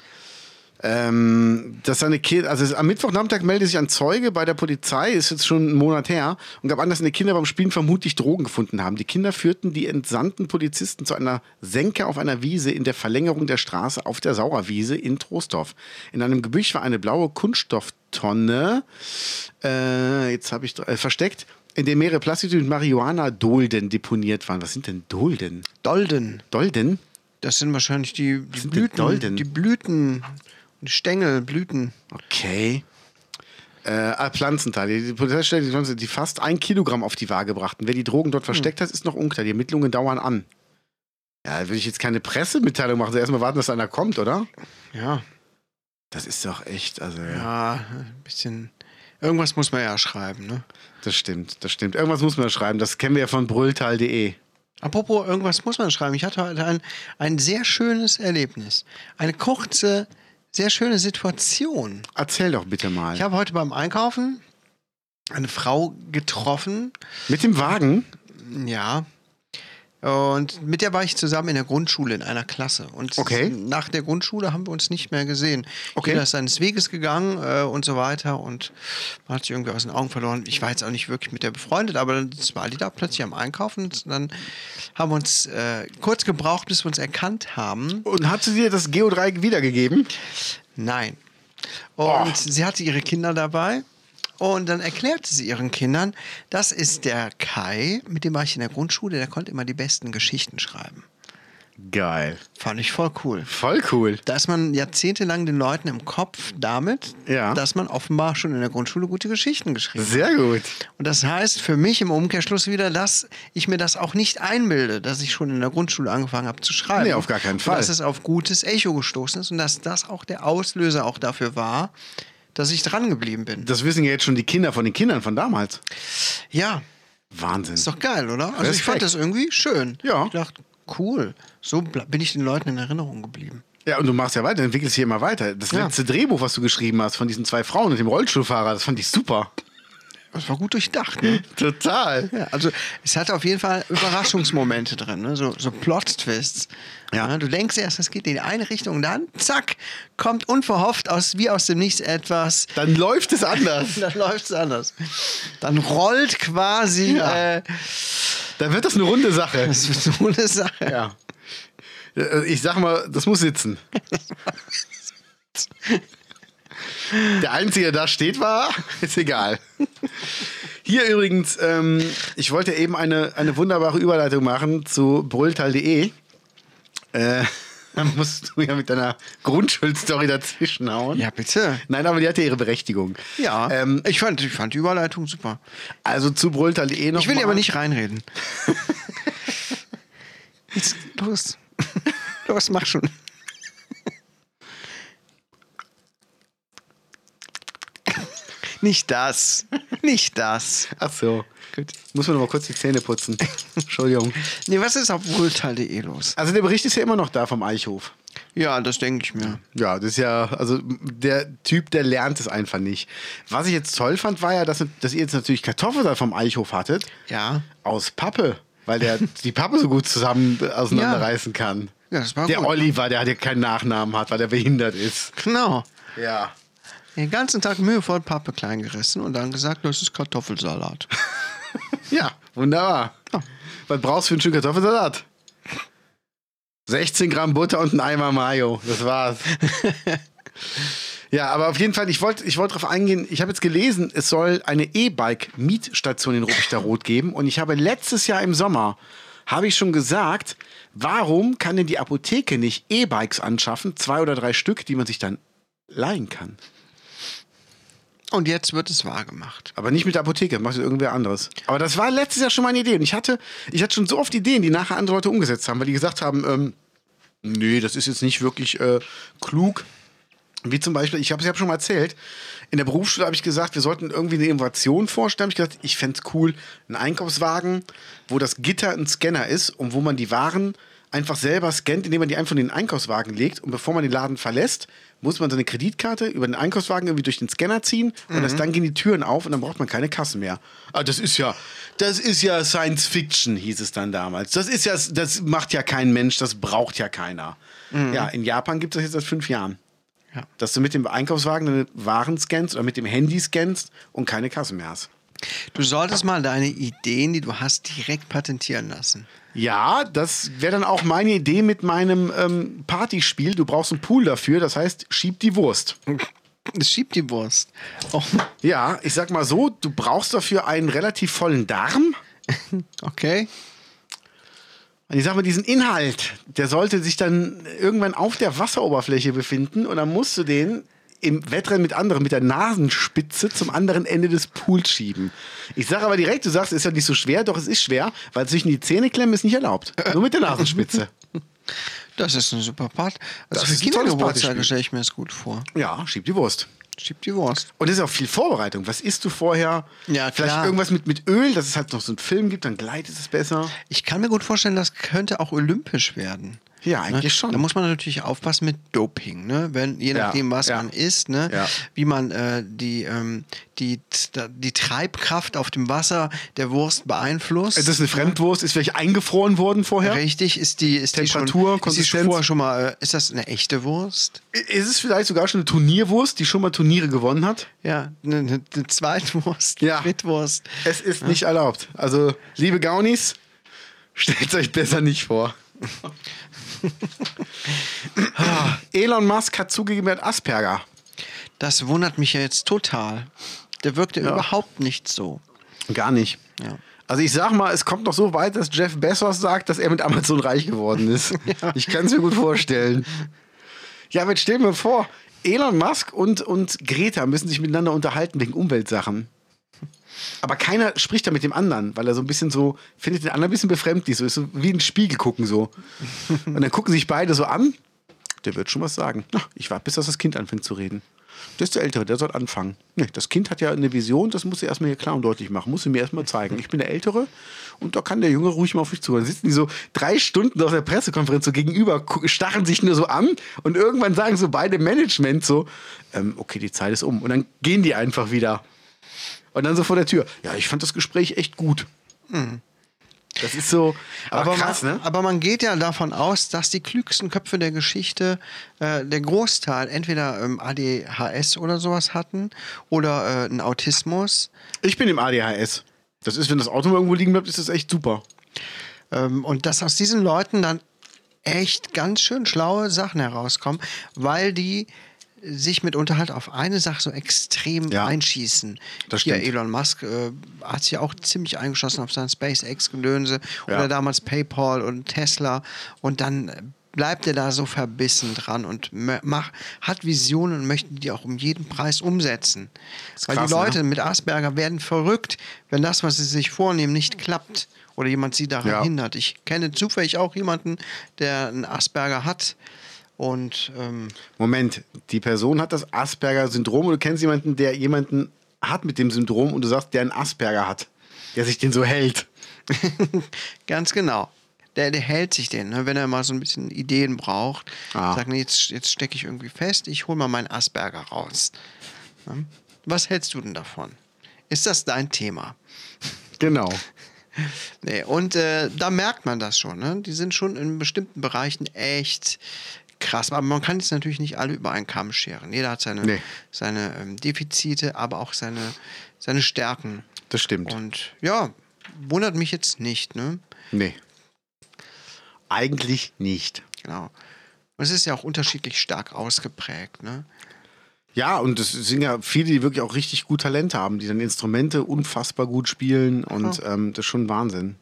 Ähm, dass seine Kind, also es, am Mittwochnachmittag meldete sich ein Zeuge bei der Polizei, ist jetzt schon einen Monat her, und gab an, dass seine Kinder beim Spielen vermutlich Drogen gefunden haben. Die Kinder führten die entsandten Polizisten zu einer Senke auf einer Wiese in der Verlängerung der Straße auf der Sauerwiese in Trostorf. In einem Gebüsch war eine blaue Kunststofftonne, äh, jetzt habe ich äh, versteckt, in der mehrere Plastiktüten mit Marihuana-Dolden deponiert waren. Was sind denn Dolden? Dolden. Dolden? Das sind wahrscheinlich die, die sind denn Blüten. Dolden? Die Blüten. Die Stängel, Blüten. Okay. Äh, ah, Pflanzenteile. Die Polizei stellte die Pflanzen, die fast ein Kilogramm auf die Waage brachten. Wer die Drogen dort versteckt hat, ist noch unklar. Die Ermittlungen dauern an. Ja, da würde ich jetzt keine Pressemitteilung machen. Also Erstmal warten, dass einer kommt, oder? Ja. Das ist doch echt, also ja. Ja, ein bisschen. Irgendwas muss man ja schreiben, ne? Das stimmt, das stimmt. Irgendwas muss man da schreiben. Das kennen wir ja von brülltal.de. Apropos, irgendwas muss man schreiben. Ich hatte heute ein, ein sehr schönes Erlebnis. Eine kurze, sehr schöne Situation. Erzähl doch bitte mal. Ich habe heute beim Einkaufen eine Frau getroffen. Mit dem Wagen? Ja. Und mit der war ich zusammen in der Grundschule in einer Klasse. Und Okay. nach der Grundschule haben wir uns nicht mehr gesehen. Okay. Jeder ist seines Weges gegangen äh, und so weiter und man hat sich irgendwie aus den Augen verloren. Ich war jetzt auch nicht wirklich mit der befreundet, aber dann war die da plötzlich am Einkaufen und dann haben wir uns äh, kurz gebraucht, bis wir uns erkannt haben. Und hat sie dir das Geodreieck wiedergegeben? Nein. Und sie hatte ihre Kinder dabei. Und dann erklärte sie ihren Kindern, das ist der Kai, mit dem war ich in der Grundschule, der konnte immer die besten Geschichten schreiben. Geil. Fand ich voll cool. Voll cool. Da ist man jahrzehntelang den Leuten im Kopf damit, Ja. dass man offenbar schon in der Grundschule gute Geschichten geschrieben hat. Sehr gut. Und das heißt für mich im Umkehrschluss wieder, dass ich mir das auch nicht einbilde, dass ich schon in der Grundschule angefangen habe zu schreiben. Nee, auf gar keinen Und Fall. Dass es auf gutes Echo gestoßen ist und dass das auch der Auslöser auch dafür war, dass ich dran geblieben bin. Das wissen ja jetzt schon die Kinder von den Kindern von damals. Ja, Wahnsinn. ist doch geil, oder? Also ich Respekt. fand das irgendwie schön. Ja. Ich dachte, cool. So ble- bin ich den Leuten in Erinnerung geblieben. Ja, und du machst ja weiter, entwickelst hier immer weiter. Das Ja. letzte Drehbuch, was du geschrieben hast von diesen zwei Frauen und dem Rollstuhlfahrer, das fand ich super. Das war gut durchdacht, ne? Total. Ja, also es hat auf jeden Fall Überraschungsmomente drin, ne? so, so Plot-Twists. Ja. Du denkst erst, es geht in die eine Richtung, dann zack, kommt unverhofft aus, wie aus dem Nichts etwas. Dann läuft es anders. Dann läuft es anders. Dann rollt quasi. Ja. Äh, Dann wird das eine runde Sache. das wird so eine Sache. Ja. Äh, Ich sag mal, das muss sitzen. Der Einzige, der da steht, war, ist egal. Hier übrigens, ähm, ich wollte eben eine, eine wunderbare Überleitung machen zu brülltal.de. Äh, da musst du ja mit deiner Grundschulstory dazwischen hauen. Ja, bitte. Nein, aber die hatte ihre Berechtigung. Ja, Ähm, ich, fand, ich fand die Überleitung super. also zu brülltal.de noch. Ich will mal. dir aber nicht reinreden. Jetzt, los. Los, mach schon. Nicht das. Nicht das. Ach so. Gut. Muss man noch mal kurz die Zähne putzen. Entschuldigung. Nee, was ist auf wohlteil.de los? Also der Bericht ist ja immer noch da vom Eichhof. Ja, das denke ich mir. Ja, das ist ja, also der Typ, der lernt es einfach nicht. Was ich jetzt toll fand, war ja, dass, dass ihr jetzt natürlich Kartoffelsalat vom Eichhof hattet. Ja. Aus Pappe, weil der die Pappe so gut zusammen auseinanderreißen kann. Ja, das war der gut. Oliver, der ja keinen Nachnamen hat, weil er behindert ist. Genau. Ja. Den ganzen Tag mühevoll Pappe klein gerissen und dann gesagt, das ist Kartoffelsalat. Ja, wunderbar. Was brauchst du für ein Stück Kartoffelsalat? 16 Gramm Butter und ein Eimer Mayo. Das war's. ja, aber auf jeden Fall, ich wollte ich wollt darauf eingehen. Ich habe jetzt gelesen, es soll eine E-Bike-Mietstation in Ruppichterrot geben. Und ich habe letztes Jahr im Sommer, habe ich schon gesagt, warum kann denn die Apotheke nicht E-Bikes anschaffen? Zwei oder drei Stück, die man sich dann leihen kann. Und jetzt wird es wahr gemacht. Aber nicht mit der Apotheke, macht irgendwer anderes. Aber das war letztes Jahr schon meine Idee. Und ich hatte, ich hatte schon so oft Ideen, die nachher andere Leute umgesetzt haben, weil die gesagt haben, ähm, nee, das ist jetzt nicht wirklich äh, klug. Wie zum Beispiel, ich habe es ja schon mal erzählt, in der Berufsschule habe ich gesagt, wir sollten irgendwie eine Innovation vorstellen. Ich gesagt, ich fände es cool, einen Einkaufswagen, wo das Gitter ein Scanner ist und wo man die Waren einfach selber scannt, indem man die einfach in den Einkaufswagen legt. Und bevor man den Laden verlässt, muss man seine Kreditkarte über den Einkaufswagen irgendwie durch den Scanner ziehen und das, dann gehen die Türen auf und dann braucht man keine Kassen mehr. Mhm. Ah, das ist ja, das ist ja Science Fiction, hieß es dann damals. Das ist ja, das macht ja kein Mensch, das braucht ja keiner. Ja, in Japan gibt es das jetzt seit fünf Jahren Ja. dass du mit dem Einkaufswagen deine Waren scannst oder mit dem Handy scannst und keine Kassen mehr hast. Du solltest mal deine Ideen, die du hast, direkt patentieren lassen. Ja, das wäre dann auch meine Idee mit meinem ähm, Partyspiel. Du brauchst einen Pool dafür, das heißt, schieb die Wurst. Es schiebt die Wurst. Oh, Ja, ich sag mal so, du brauchst dafür einen relativ vollen Darm. okay. Und ich sag mal, diesen Inhalt, der sollte sich dann irgendwann auf der Wasseroberfläche befinden und dann musst du den im Wettrennen mit anderen, mit der Nasenspitze zum anderen Ende des Pools schieben. Ich sage aber direkt, du sagst, ist ja nicht so schwer, doch es ist schwer, weil zwischen die Zähne klemmen ist nicht erlaubt. Nur mit der Nasenspitze. Das ist ein super Part. Also Das für ist ein tolles Kindergeburtstage Partyspiel. stelle ich mir das gut vor. Ja, schieb die Wurst. Schiebt die Wurst. Und das ist auch viel Vorbereitung. Was isst du vorher? Ja, Vielleicht klar. irgendwas mit, mit Öl, dass es halt noch so einen Film gibt, dann gleitet es besser. Ich kann mir gut vorstellen, das könnte auch olympisch werden. Ja, eigentlich ne? schon. Da muss man natürlich aufpassen mit Doping, ne? Wenn, je Ja, nachdem, was ja. man isst, ne? Ja. Wie man äh, die, ähm, die, die Treibkraft auf dem Wasser der Wurst beeinflusst. Ist Äh, das eine Fremdwurst? Ist vielleicht eingefroren worden vorher? Richtig, ist die ist Temperatur, die schon, ist die schon Konsistenz? vorher schon mal, äh, ist das eine echte Wurst? Ist es vielleicht sogar schon eine Turnierwurst, die schon mal Turniere gewonnen hat? Ja, eine, eine, eine Zweitwurst, Ja. Mitwurst. Es ist nicht erlaubt. Also, liebe Gaunis, stellt euch besser nicht vor. Ah, Elon Musk hat zugegeben, er hat Asperger. Das wundert mich ja jetzt total. Der wirkte überhaupt nicht so. Gar nicht. Ja. Also ich sag mal, es kommt noch so weit, dass Jeff Bezos sagt, dass er mit Amazon reich geworden ist. Ich kann es mir gut vorstellen. Ja, aber jetzt stell mir vor, Elon Musk und, und Greta müssen sich miteinander unterhalten wegen Umweltsachen. Aber keiner spricht da mit dem anderen, weil er so ein bisschen so, findet den anderen ein bisschen befremdlich, so ist so wie ein Spiegel gucken so. Und dann gucken sich beide so an. Der wird schon was sagen. Na, ich warte, bis das das Kind anfängt zu reden. Das ist der Ältere, der soll anfangen. Nee, das Kind hat ja eine Vision, das muss sie erstmal hier klar und deutlich machen, muss sie mir erstmal zeigen. Ich bin der Ältere und da kann der Junge ruhig mal auf mich zuhören. Dann sitzen die so drei Stunden auf der Pressekonferenz so gegenüber, gu- starren sich nur so an und irgendwann sagen so beide Management so, ähm, okay, die Zeit ist um. Und dann gehen die einfach wieder. Und dann so vor der Tür. Ja, ich fand das Gespräch echt gut. Das ist so, aber, krass, man, ne? aber man geht ja davon aus, dass die klügsten Köpfe der Geschichte äh, der Großteil entweder ähm, ADHS oder sowas hatten oder äh, einen Autismus. Ich bin im ADHS. Das ist, wenn das Auto mal irgendwo liegen bleibt, ist das echt super. Ähm, und dass aus diesen Leuten dann echt ganz schön schlaue Sachen herauskommen, weil die sich mitunter halt auf eine Sache so extrem Ja. einschießen. Das Hier stimmt. Elon Musk äh, hat sich auch ziemlich eingeschossen auf sein SpaceX-Gedönse Ja. oder damals PayPal und Tesla und dann bleibt er da so verbissen dran und mö- mach, hat Visionen und möchte die auch um jeden Preis umsetzen. Weil krass, die ne? Leute mit Asperger werden verrückt, wenn das, was sie sich vornehmen, nicht klappt oder jemand sie daran Ja. hindert. Ich kenne zufällig auch jemanden, der einen Asperger hat und ähm, Moment, die Person hat das Asperger-Syndrom und du kennst jemanden, der jemanden hat mit dem Syndrom und du sagst, der einen Asperger hat, der sich den so hält. ganz genau. Der, der hält sich den, ne? wenn er mal so ein bisschen Ideen braucht. Ah. Sagt, nee, jetzt, jetzt stecke ich irgendwie fest, ich hole mal meinen Asperger raus. Ne? Was hältst du denn davon? Ist das dein Thema? Genau. Nee, und äh, da merkt man das schon. Ne? Die sind schon in bestimmten Bereichen echt krass. Aber man kann jetzt natürlich nicht alle über einen Kamm scheren. Jeder hat seine, Nee. seine ähm, Defizite, aber auch seine, seine Stärken. Das stimmt. Und ja, wundert mich jetzt nicht. Ne? nee. Eigentlich nicht. Genau. Und es ist ja auch unterschiedlich stark ausgeprägt. Ne? Ja, und es sind ja viele, die wirklich auch richtig gut Talent haben, die dann Instrumente unfassbar gut spielen und ähm, das ist schon Wahnsinn.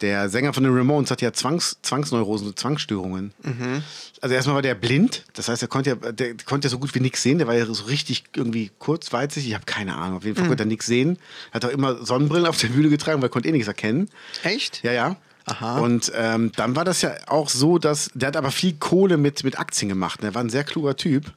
Der Sänger von den Ramones hat ja Zwangs Zwangsneurosen und Zwangsstörungen. Also erstmal war der blind, das heißt, er konnte ja, der konnte ja so gut wie nichts sehen, der war ja so richtig irgendwie kurzweizig, ich habe keine Ahnung, auf jeden Fall konnte er nichts sehen. Hat auch immer Sonnenbrillen auf der Bühne getragen, weil er konnte eh nichts erkennen. Echt? Ja, ja. Aha. Und ähm, dann war das ja auch so, dass der hat aber viel Kohle mit, mit Aktien gemacht. ne? Der war ein sehr kluger Typ.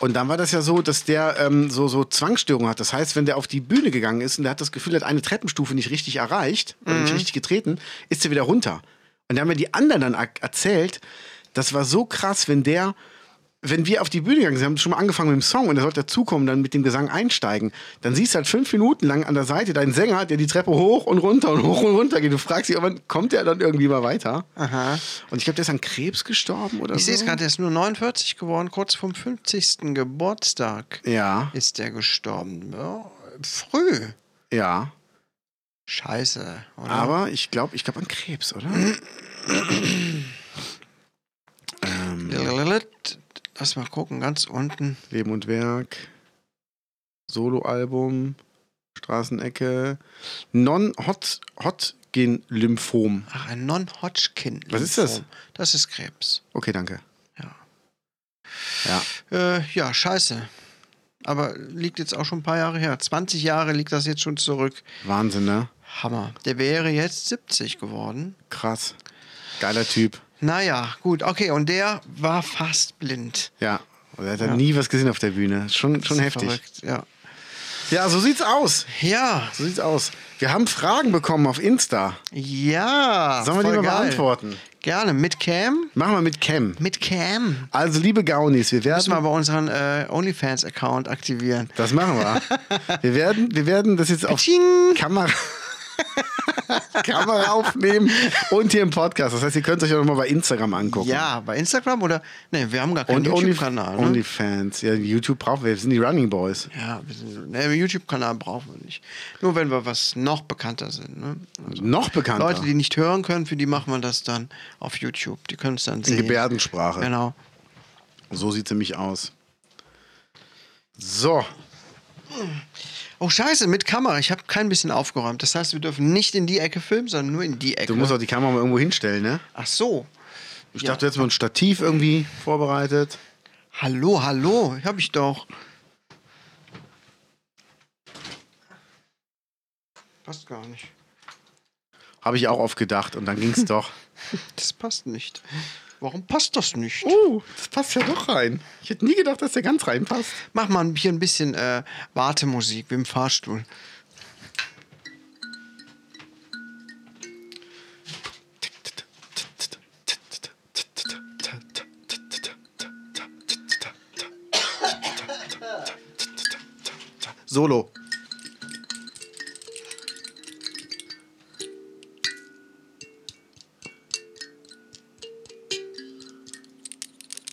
Und dann war das ja so, dass der ähm, so, so Zwangsstörungen hat. Das heißt, wenn der auf die Bühne gegangen ist und der hat das Gefühl, er hat eine Treppenstufe nicht richtig erreicht oder nicht richtig getreten, ist er wieder runter. Und da haben mir die anderen dann er- erzählt, das war so krass, wenn der, wenn wir auf die Bühne gegangen sind, haben schon mal angefangen mit dem Song und er sollte dazukommen, dann mit dem Gesang einsteigen, dann siehst du halt fünf Minuten lang an der Seite deinen Sänger, der die Treppe hoch und runter und hoch und runter geht. Du fragst dich, wann kommt der dann irgendwie mal weiter? Aha. Und ich glaube, der ist an Krebs gestorben oder Ich so. sehe es gerade, der ist nur 49 geworden, kurz vom 50. Geburtstag Ja, ist der gestorben. Ja, früh. ja. Scheiße, oder? Aber ich glaube, ich glaube an Krebs, oder? ähm, Lass mal gucken, ganz unten. Leben und Werk, Soloalbum, Straßenecke, Non-Hot-Gen-Lymphom. Ach, ein Non-Hodgkin. Was ist das? Das ist Krebs. Okay, danke. Ja. Ja. Äh, ja, scheiße. Aber liegt jetzt auch schon ein paar Jahre her. 20 Jahre liegt das jetzt schon zurück. Wahnsinn, ne? Hammer. Der wäre jetzt 70 geworden. Krass. Geiler Typ. Naja, gut, okay. Und der war fast blind. Also Ja. Und Er hat ja. nie was gesehen auf der Bühne. Schon, schon Das ist heftig. Verrückt, ja. Ja, so sieht's aus. Ja, So sieht's aus. Wir haben Fragen bekommen auf Insta. ja. Sollen wir die voll mal geil. beantworten? Gerne. Mit Cam? Machen wir mit Cam. Mit Cam. Also, liebe Gaunis, wir werden. Müssen wir bei unseren äh, OnlyFans-Account aktivieren. Das machen wir. Wir werden, wir werden das jetzt auf Tsching. Kamera, Kamera aufnehmen und hier im Podcast. Das heißt, ihr könnt euch auch nochmal bei Instagram angucken. Ja, bei Instagram oder? Ne, wir haben gar keinen Und Only, YouTube-Kanal. Ne? OnlyFans. Ja, YouTube brauchen wir. Wir sind die Running Boys. Ja, wir sind- ne, YouTube-Kanal brauchen wir nicht. Nur wenn wir was noch bekannter sind. Ne? Noch bekannter. Leute, die nicht hören können, für die machen wir das dann auf YouTube. Die können es dann in sehen. Gebärdensprache. Genau. So sieht sie mich aus. So. Oh Scheiße, mit Kamera. Ich habe kein bisschen aufgeräumt. Das heißt, wir dürfen nicht in die Ecke filmen, sondern nur in die Ecke. Du musst auch die Kamera mal irgendwo hinstellen, ne? Ach so. Ich dachte, du hättest mal ein Stativ irgendwie vorbereitet. Hallo, hallo, hab ich doch. Passt gar nicht. Habe ich auch oft gedacht und dann ging es doch. Das passt nicht. Warum passt das nicht? Oh, das passt ja doch rein. Ich hätte nie gedacht, dass der ganz reinpasst. Mach mal hier ein bisschen äh, Wartemusik wie im Fahrstuhl. Solo.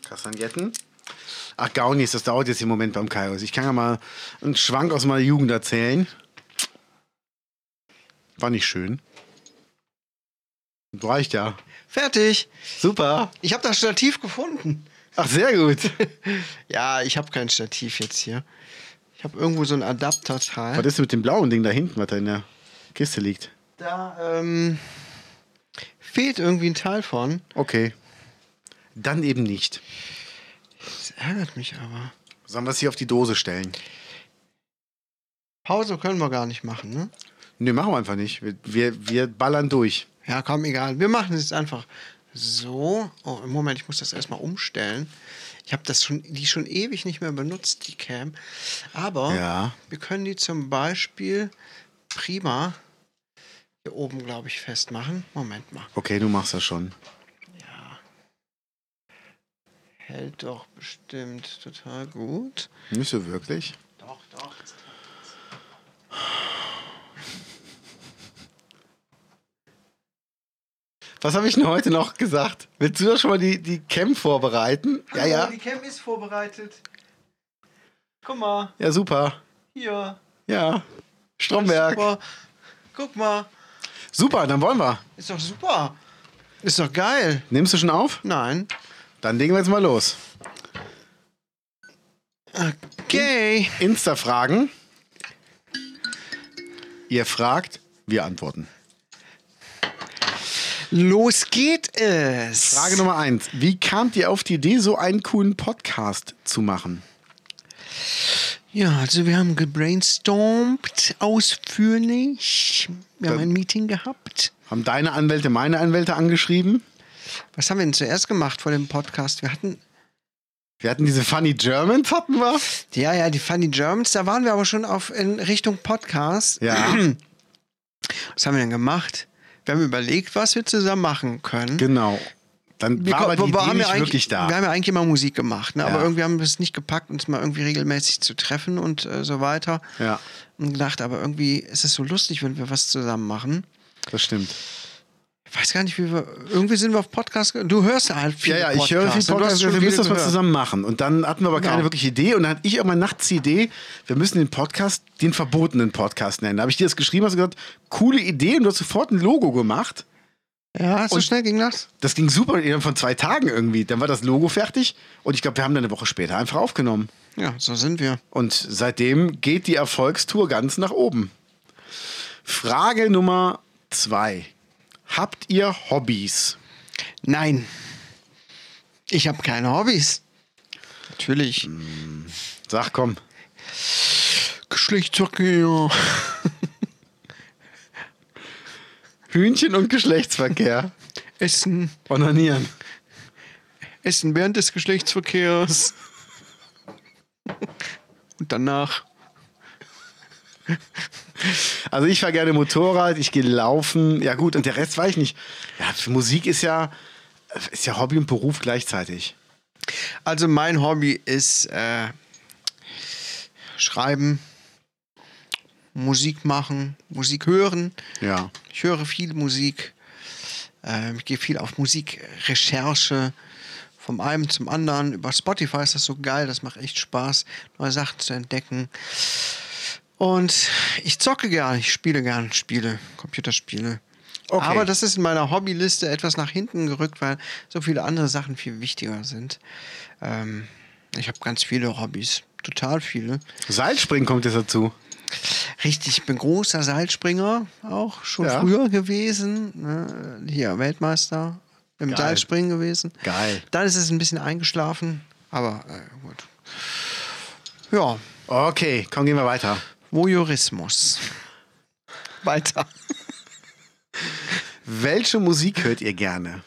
Kastagnetten. Ach, Gaunis, das dauert jetzt im Moment beim Kairos. Ich kann ja mal einen Schwank aus meiner Jugend erzählen. War nicht schön. Reicht ja. Fertig. Super. Ich habe das Stativ gefunden. Ach, sehr gut. Ja, ich habe kein Stativ jetzt hier. Ich habe irgendwo so einen Was Adapterteil. ist denn mit dem blauen Ding da hinten, was da in der Kiste liegt? Da ähm, fehlt irgendwie ein Teil von. Okay. Dann eben nicht. Das ärgert mich aber. Sollen wir es hier auf die Dose stellen? Pause können wir gar nicht machen, ne? Nee, machen wir einfach nicht. Wir, wir, wir ballern durch. Ja, komm, egal. Wir machen es jetzt einfach so. Oh, im Moment, ich muss das erstmal umstellen. Ich habe das schon, die schon ewig nicht mehr benutzt, die Cam. Aber Ja. wir können die zum Beispiel prima hier oben, glaube ich, festmachen. Moment mal. Okay, du machst das schon. Ja. Hält doch bestimmt total gut. Nicht so wirklich. Doch, doch. Was habe ich denn heute noch gesagt? Willst du doch schon mal die, die Cam vorbereiten? Ja, ja. Die Cam ist vorbereitet. Guck mal, Ja, super. hier. Ja. Stromberg. Super. Super. Guck mal. dann wollen wir. Ist doch super. Ist doch geil. Nimmst du schon auf? Nein. Dann legen wir jetzt mal los. Gay. Insta-Fragen. Ihr fragt, wir antworten. Los geht es. Frage Nummer eins. Wie kamt ihr auf die Idee, so einen coolen Podcast zu machen? Ja, also wir haben gebrainstormt ausführlich. Wir haben ein Meeting gehabt. Haben deine Anwälte meine Anwälte angeschrieben? Was haben wir denn zuerst gemacht vor dem Podcast? Wir hatten, Wir hatten diese Funny Germans, hatten wir? ja, ja, die Funny Germans, da waren wir aber schon auf, in Richtung Podcast. Ja, Was haben wir denn gemacht? Wir haben überlegt, was wir zusammen machen können. genau. Dann Wir war aber die ko- wir Idee haben ja nicht eigentlich- wirklich Wir da. haben ja eigentlich immer Musik gemacht, ne? aber Ja. irgendwie haben wir es nicht gepackt, uns mal irgendwie regelmäßig zu treffen und äh, so weiter. Ja, Und gedacht, aber irgendwie ist es so lustig, wenn wir was zusammen machen. das stimmt. Ich weiß gar nicht, wie wir. Irgendwie sind wir auf Podcast. ge- Du hörst halt viel. Ja, ja, ich höre viel Podcasts, wir müssen das mal zusammen machen. Und dann hatten wir aber keine Genau. wirkliche Idee. Und dann hatte ich irgendwann nachts die Idee, wir müssen den Podcast den verbotenen Podcast nennen. Da habe ich dir das geschrieben, hast du gesagt, coole Idee. Und du hast sofort ein Logo gemacht. Ja, so schnell ging das. Das ging super innerhalb von zwei Tagen irgendwie. Dann war das Logo fertig. Und ich glaube, wir haben dann eine Woche später einfach aufgenommen. Ja, so sind wir. Und seitdem geht die Erfolgstour ganz nach oben. Frage Nummer zwei. Habt ihr Hobbys? Nein. Ich habe keine Hobbys. Hm. Natürlich. Sag komm. Geschlechtsverkehr. Hühnchen und Geschlechtsverkehr. Essen. Onanieren. Essen während des Geschlechtsverkehrs. Und danach. Also ich fahre gerne Motorrad, ich gehe laufen. Ja gut, und der Rest weiß ich nicht. Ja, Musik ist ja, ist ja Hobby und Beruf gleichzeitig. Also mein Hobby ist äh, Schreiben, Musik machen, Musik hören. Ja. Ich höre viel Musik. Ähm, ich gehe viel auf Musikrecherche. Vom einen zum anderen. Über Spotify ist das so geil. Das macht echt Spaß, neue Sachen zu entdecken. Und ich zocke gern. Ich spiele gern Spiele, Computerspiele. Okay. Aber das ist in meiner Hobbyliste etwas nach hinten gerückt, weil so viele andere Sachen viel wichtiger sind. Ähm, ich habe ganz viele Hobbys. Total viele. Seilspringen kommt jetzt dazu. Richtig, ich bin großer Seilspringer, auch schon Ja. früher gewesen. Ne? Hier, Weltmeister im Geil. Seilspringen gewesen. Geil. Dann ist es ein bisschen eingeschlafen, aber äh, gut. Ja, Okay, komm, gehen wir weiter. Voyeurismus. Weiter. Welche Musik hört ihr gerne?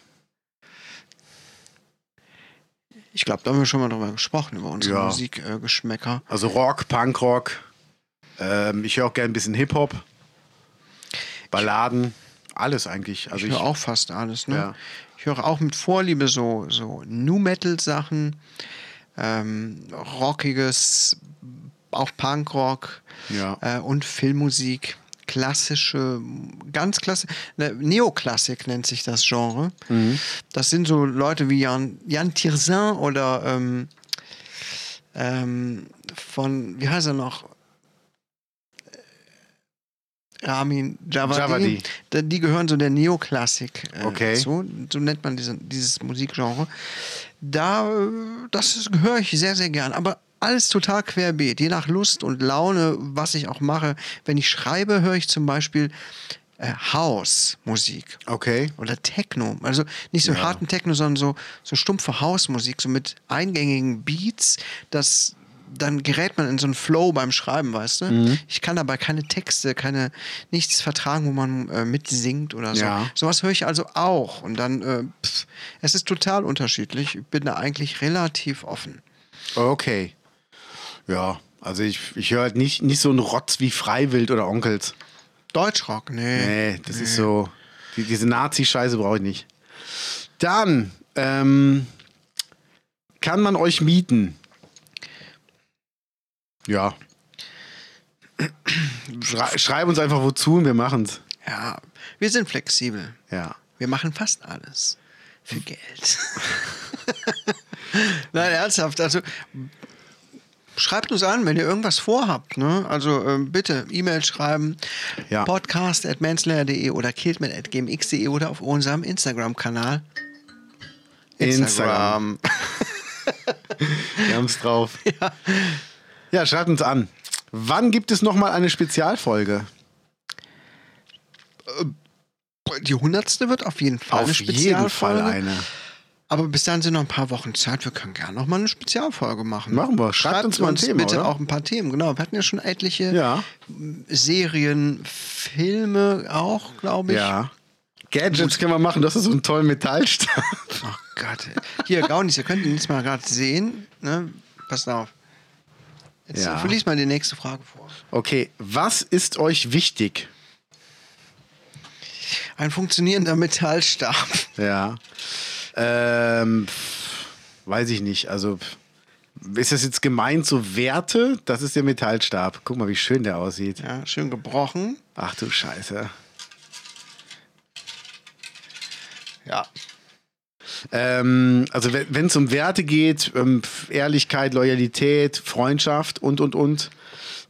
Ich glaube, da haben wir schon mal drüber gesprochen, über unsere Ja. Musikgeschmäcker. Äh, Geschmäcker. Also Rock, Punkrock. Ähm, ich höre auch gerne ein bisschen Hip-Hop. Balladen. Alles eigentlich. Also ich ich, höre auch fast alles. Ne? Ja. Ich höre auch mit Vorliebe so, so Nu-Metal-Sachen, ähm, rockiges, auch Punkrock Ja. äh, und Filmmusik, klassische, ganz klassisch, ne, Neoklassik nennt sich das Genre. Mhm. Das sind so Leute wie Jan, Jan Tirsin oder ähm, ähm, von, wie heißt er noch? Äh, Ramin Javadi. Javadi. Da- Die gehören so der Neoklassik äh, Okay. zu. So nennt man diese, dieses Musikgenre. Da, äh, das ist- höre ich sehr, sehr gern. Aber alles total querbeet, je nach Lust und Laune, was ich auch mache. Wenn ich schreibe, höre ich zum Beispiel äh, House-Musik okay. oder Techno. Also nicht so harten Techno, sondern so, so stumpfe Hausmusik, so mit eingängigen Beats, das dann gerät man in so einen Flow beim Schreiben, weißt du? Ich kann dabei keine Texte, keine nichts vertragen, wo man äh, mitsingt oder so. Ja. Sowas höre ich also auch. Und dann, äh, pff, es ist total unterschiedlich. Ich bin da eigentlich relativ offen. Okay. Ja, also ich, ich höre halt nicht, nicht so einen Rotz wie Freiwild oder Onkels. Deutschrock, nee. Nee, das ist so. Die, diese Nazi-Scheiße brauche ich nicht. Dann, ähm, kann man euch mieten? Ja. Schrei schreib uns einfach wozu und wir machen's. Ja, wir sind flexibel. Ja. Wir machen fast alles für Geld. Nein, ernsthaft. Also schreibt uns an, wenn ihr irgendwas vorhabt. Ne? Also ähm, bitte E-Mail schreiben, Ja. podcast.manslayer.de oder kiltman.gmx.de oder auf unserem Instagram-Kanal. Instagram. Wir haben's drauf. Ja. ja, schreibt uns an. Wann gibt es nochmal eine Spezialfolge? Die hundertste wird auf jeden Fall eine Auf jeden Fall Spezialfolge. eine. Aber bis dahin sind noch ein paar Wochen Zeit. Wir können gerne noch mal eine Spezialfolge machen. Machen wir. Schreibt uns mal ein Thema, bitte oder? auch ein paar Themen. Genau, wir hatten ja schon etliche Ja. Serien, Filme auch, glaube ich. Ja. Gadgets können wir machen. Das ist so ein tollen Metallstab. Oh Gott. ey. Hier, Gaunis, ihr könnt ihn jetzt mal gerade sehen. Ne? Passt auf. Jetzt Ja. lies mal die nächste Frage vor. Okay, was ist euch wichtig? Ein funktionierender Metallstab. Ja. Ähm, pf, weiß ich nicht. Also, pf, ist das jetzt gemeint so Werte? Das ist der Metallstab. Guck mal, wie schön der aussieht. Ja, schön gebrochen. Ach du Scheiße. Ja. Ähm, also, wenn es um Werte geht, ähm, pf, Ehrlichkeit, Loyalität, Freundschaft und, und, und.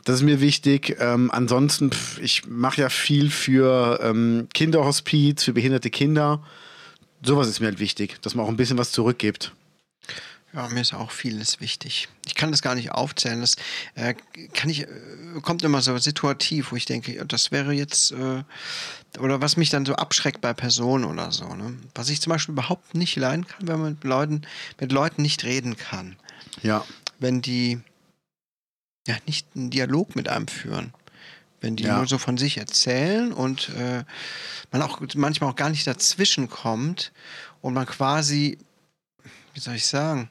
Das ist mir wichtig. Ähm, ansonsten, pf, ich mache ja viel für ähm, Kinderhospiz, für behinderte Kinder. Sowas ist mir halt wichtig, dass man auch ein bisschen was zurückgibt. Ja, mir ist auch vieles wichtig. Ich kann das gar nicht aufzählen. Das äh, kann ich, äh, kommt immer so situativ, wo ich denke, das wäre jetzt, äh, oder was mich dann so abschreckt bei Personen oder so. Ne? Was ich zum Beispiel überhaupt nicht leiden kann, wenn man mit Leuten, mit Leuten nicht reden kann. Ja. Wenn die ja nicht einen Dialog mit einem führen. Wenn die Ja. nur so von sich erzählen und äh, man auch manchmal auch gar nicht dazwischen kommt und man quasi, wie soll ich sagen,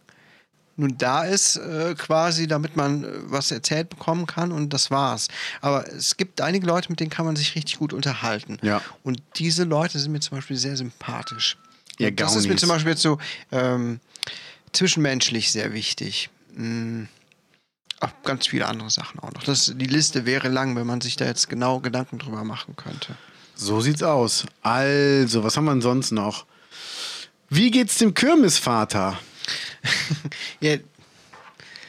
nun da ist, äh, quasi, damit man äh, was erzählt bekommen kann und das war's. Aber es gibt einige Leute, mit denen kann man sich richtig gut unterhalten. Ja. Und diese Leute sind mir zum Beispiel sehr sympathisch. Ihr Und das ist mir Gaunis. zum Beispiel jetzt so ähm, zwischenmenschlich sehr wichtig. Mm. Auch ganz viele andere Sachen auch noch. Das, die Liste wäre lang, wenn man sich da jetzt genau Gedanken drüber machen könnte. So sieht's aus. Also, was haben wir denn sonst noch? Wie geht's dem Kirmesvater? Ja,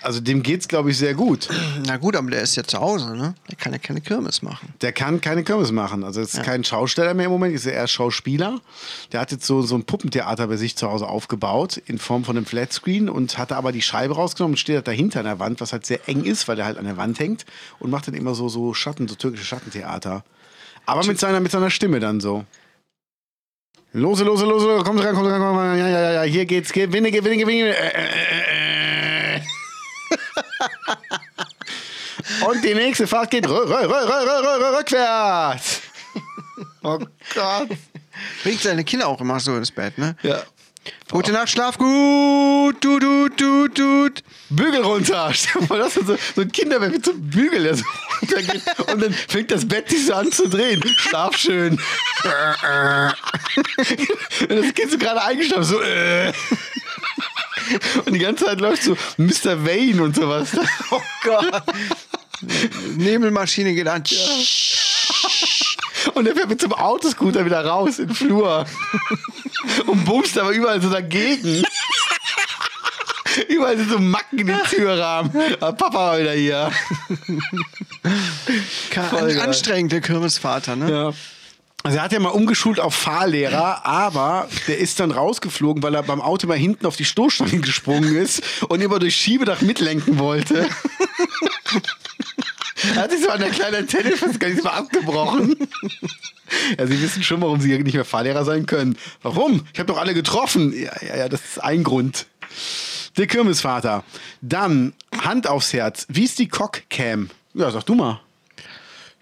Also, dem geht's, glaube ich, sehr gut. na gut, aber der ist ja zu Hause, ne? Der kann ja keine Kirmes machen. Der kann keine Kirmes machen. Also, ist kein Schausteller mehr im Moment, ist er eher Schauspieler. Der hat jetzt so, so ein Puppentheater bei sich zu Hause aufgebaut, in Form von einem Flatscreen und hatte aber die Scheibe rausgenommen und steht halt dahinter an der Wand, was halt sehr eng ist, weil der halt an der Wand hängt und macht dann immer so, so Schatten, so türkische Schattentheater. Aber mit seiner, mit seiner Stimme dann so. Lose, lose, lose, lose, kommt rein, kommt rein, kommt rein. Ja, ja, ja, ja, hier geht's, geht, winne, gewinne, gewinne. gewinne. Äh, äh, äh, äh. Und die nächste Fahrt geht rö, rö, rö, rö, rö, rö, rückwärts. Oh Gott. Bringt seine Kinder auch immer so ins Bett, ne? Ja. Gute Nacht, schlaf gut, tut, tut, tut, tut. Bügel runter. Stell dir mal, das ist so, so ein Kinderbett mit so einem Bügel, der so runtergeht. Und dann fängt das Bett sich so an zu drehen. Schlaf schön. Und das Kind so gerade eingeschlafen, so. Äh. Und die ganze Zeit läuft so Mr. Wayne und sowas. Oh Gott. Nebelmaschine geht an. Und der fährt mit so einem Autoscooter wieder raus in den Flur. Und bumst aber überall so dagegen. Überall sind so Macken in den Türrahmen. Ah, Papa war wieder hier. Ka- Voll geil. Anstrengend, der Kirmesvater, ne? Ja. Also er hat ja mal umgeschult auf Fahrlehrer, aber der ist dann rausgeflogen, weil er beim Auto mal hinten auf die Stoßstange gesprungen ist und immer durch Schiebedach mitlenken wollte. er hat sich so an der kleinen Antenne fast gar nicht mal abgebrochen. Ja, Sie wissen schon, warum Sie nicht mehr Fahrlehrer sein können. Warum? Ich habe doch alle getroffen. Ja, ja, ja, das ist ein Grund. Der Kirmesvater. Dann, Hand aufs Herz. Wie ist die Cockcam? Ja, sag du mal.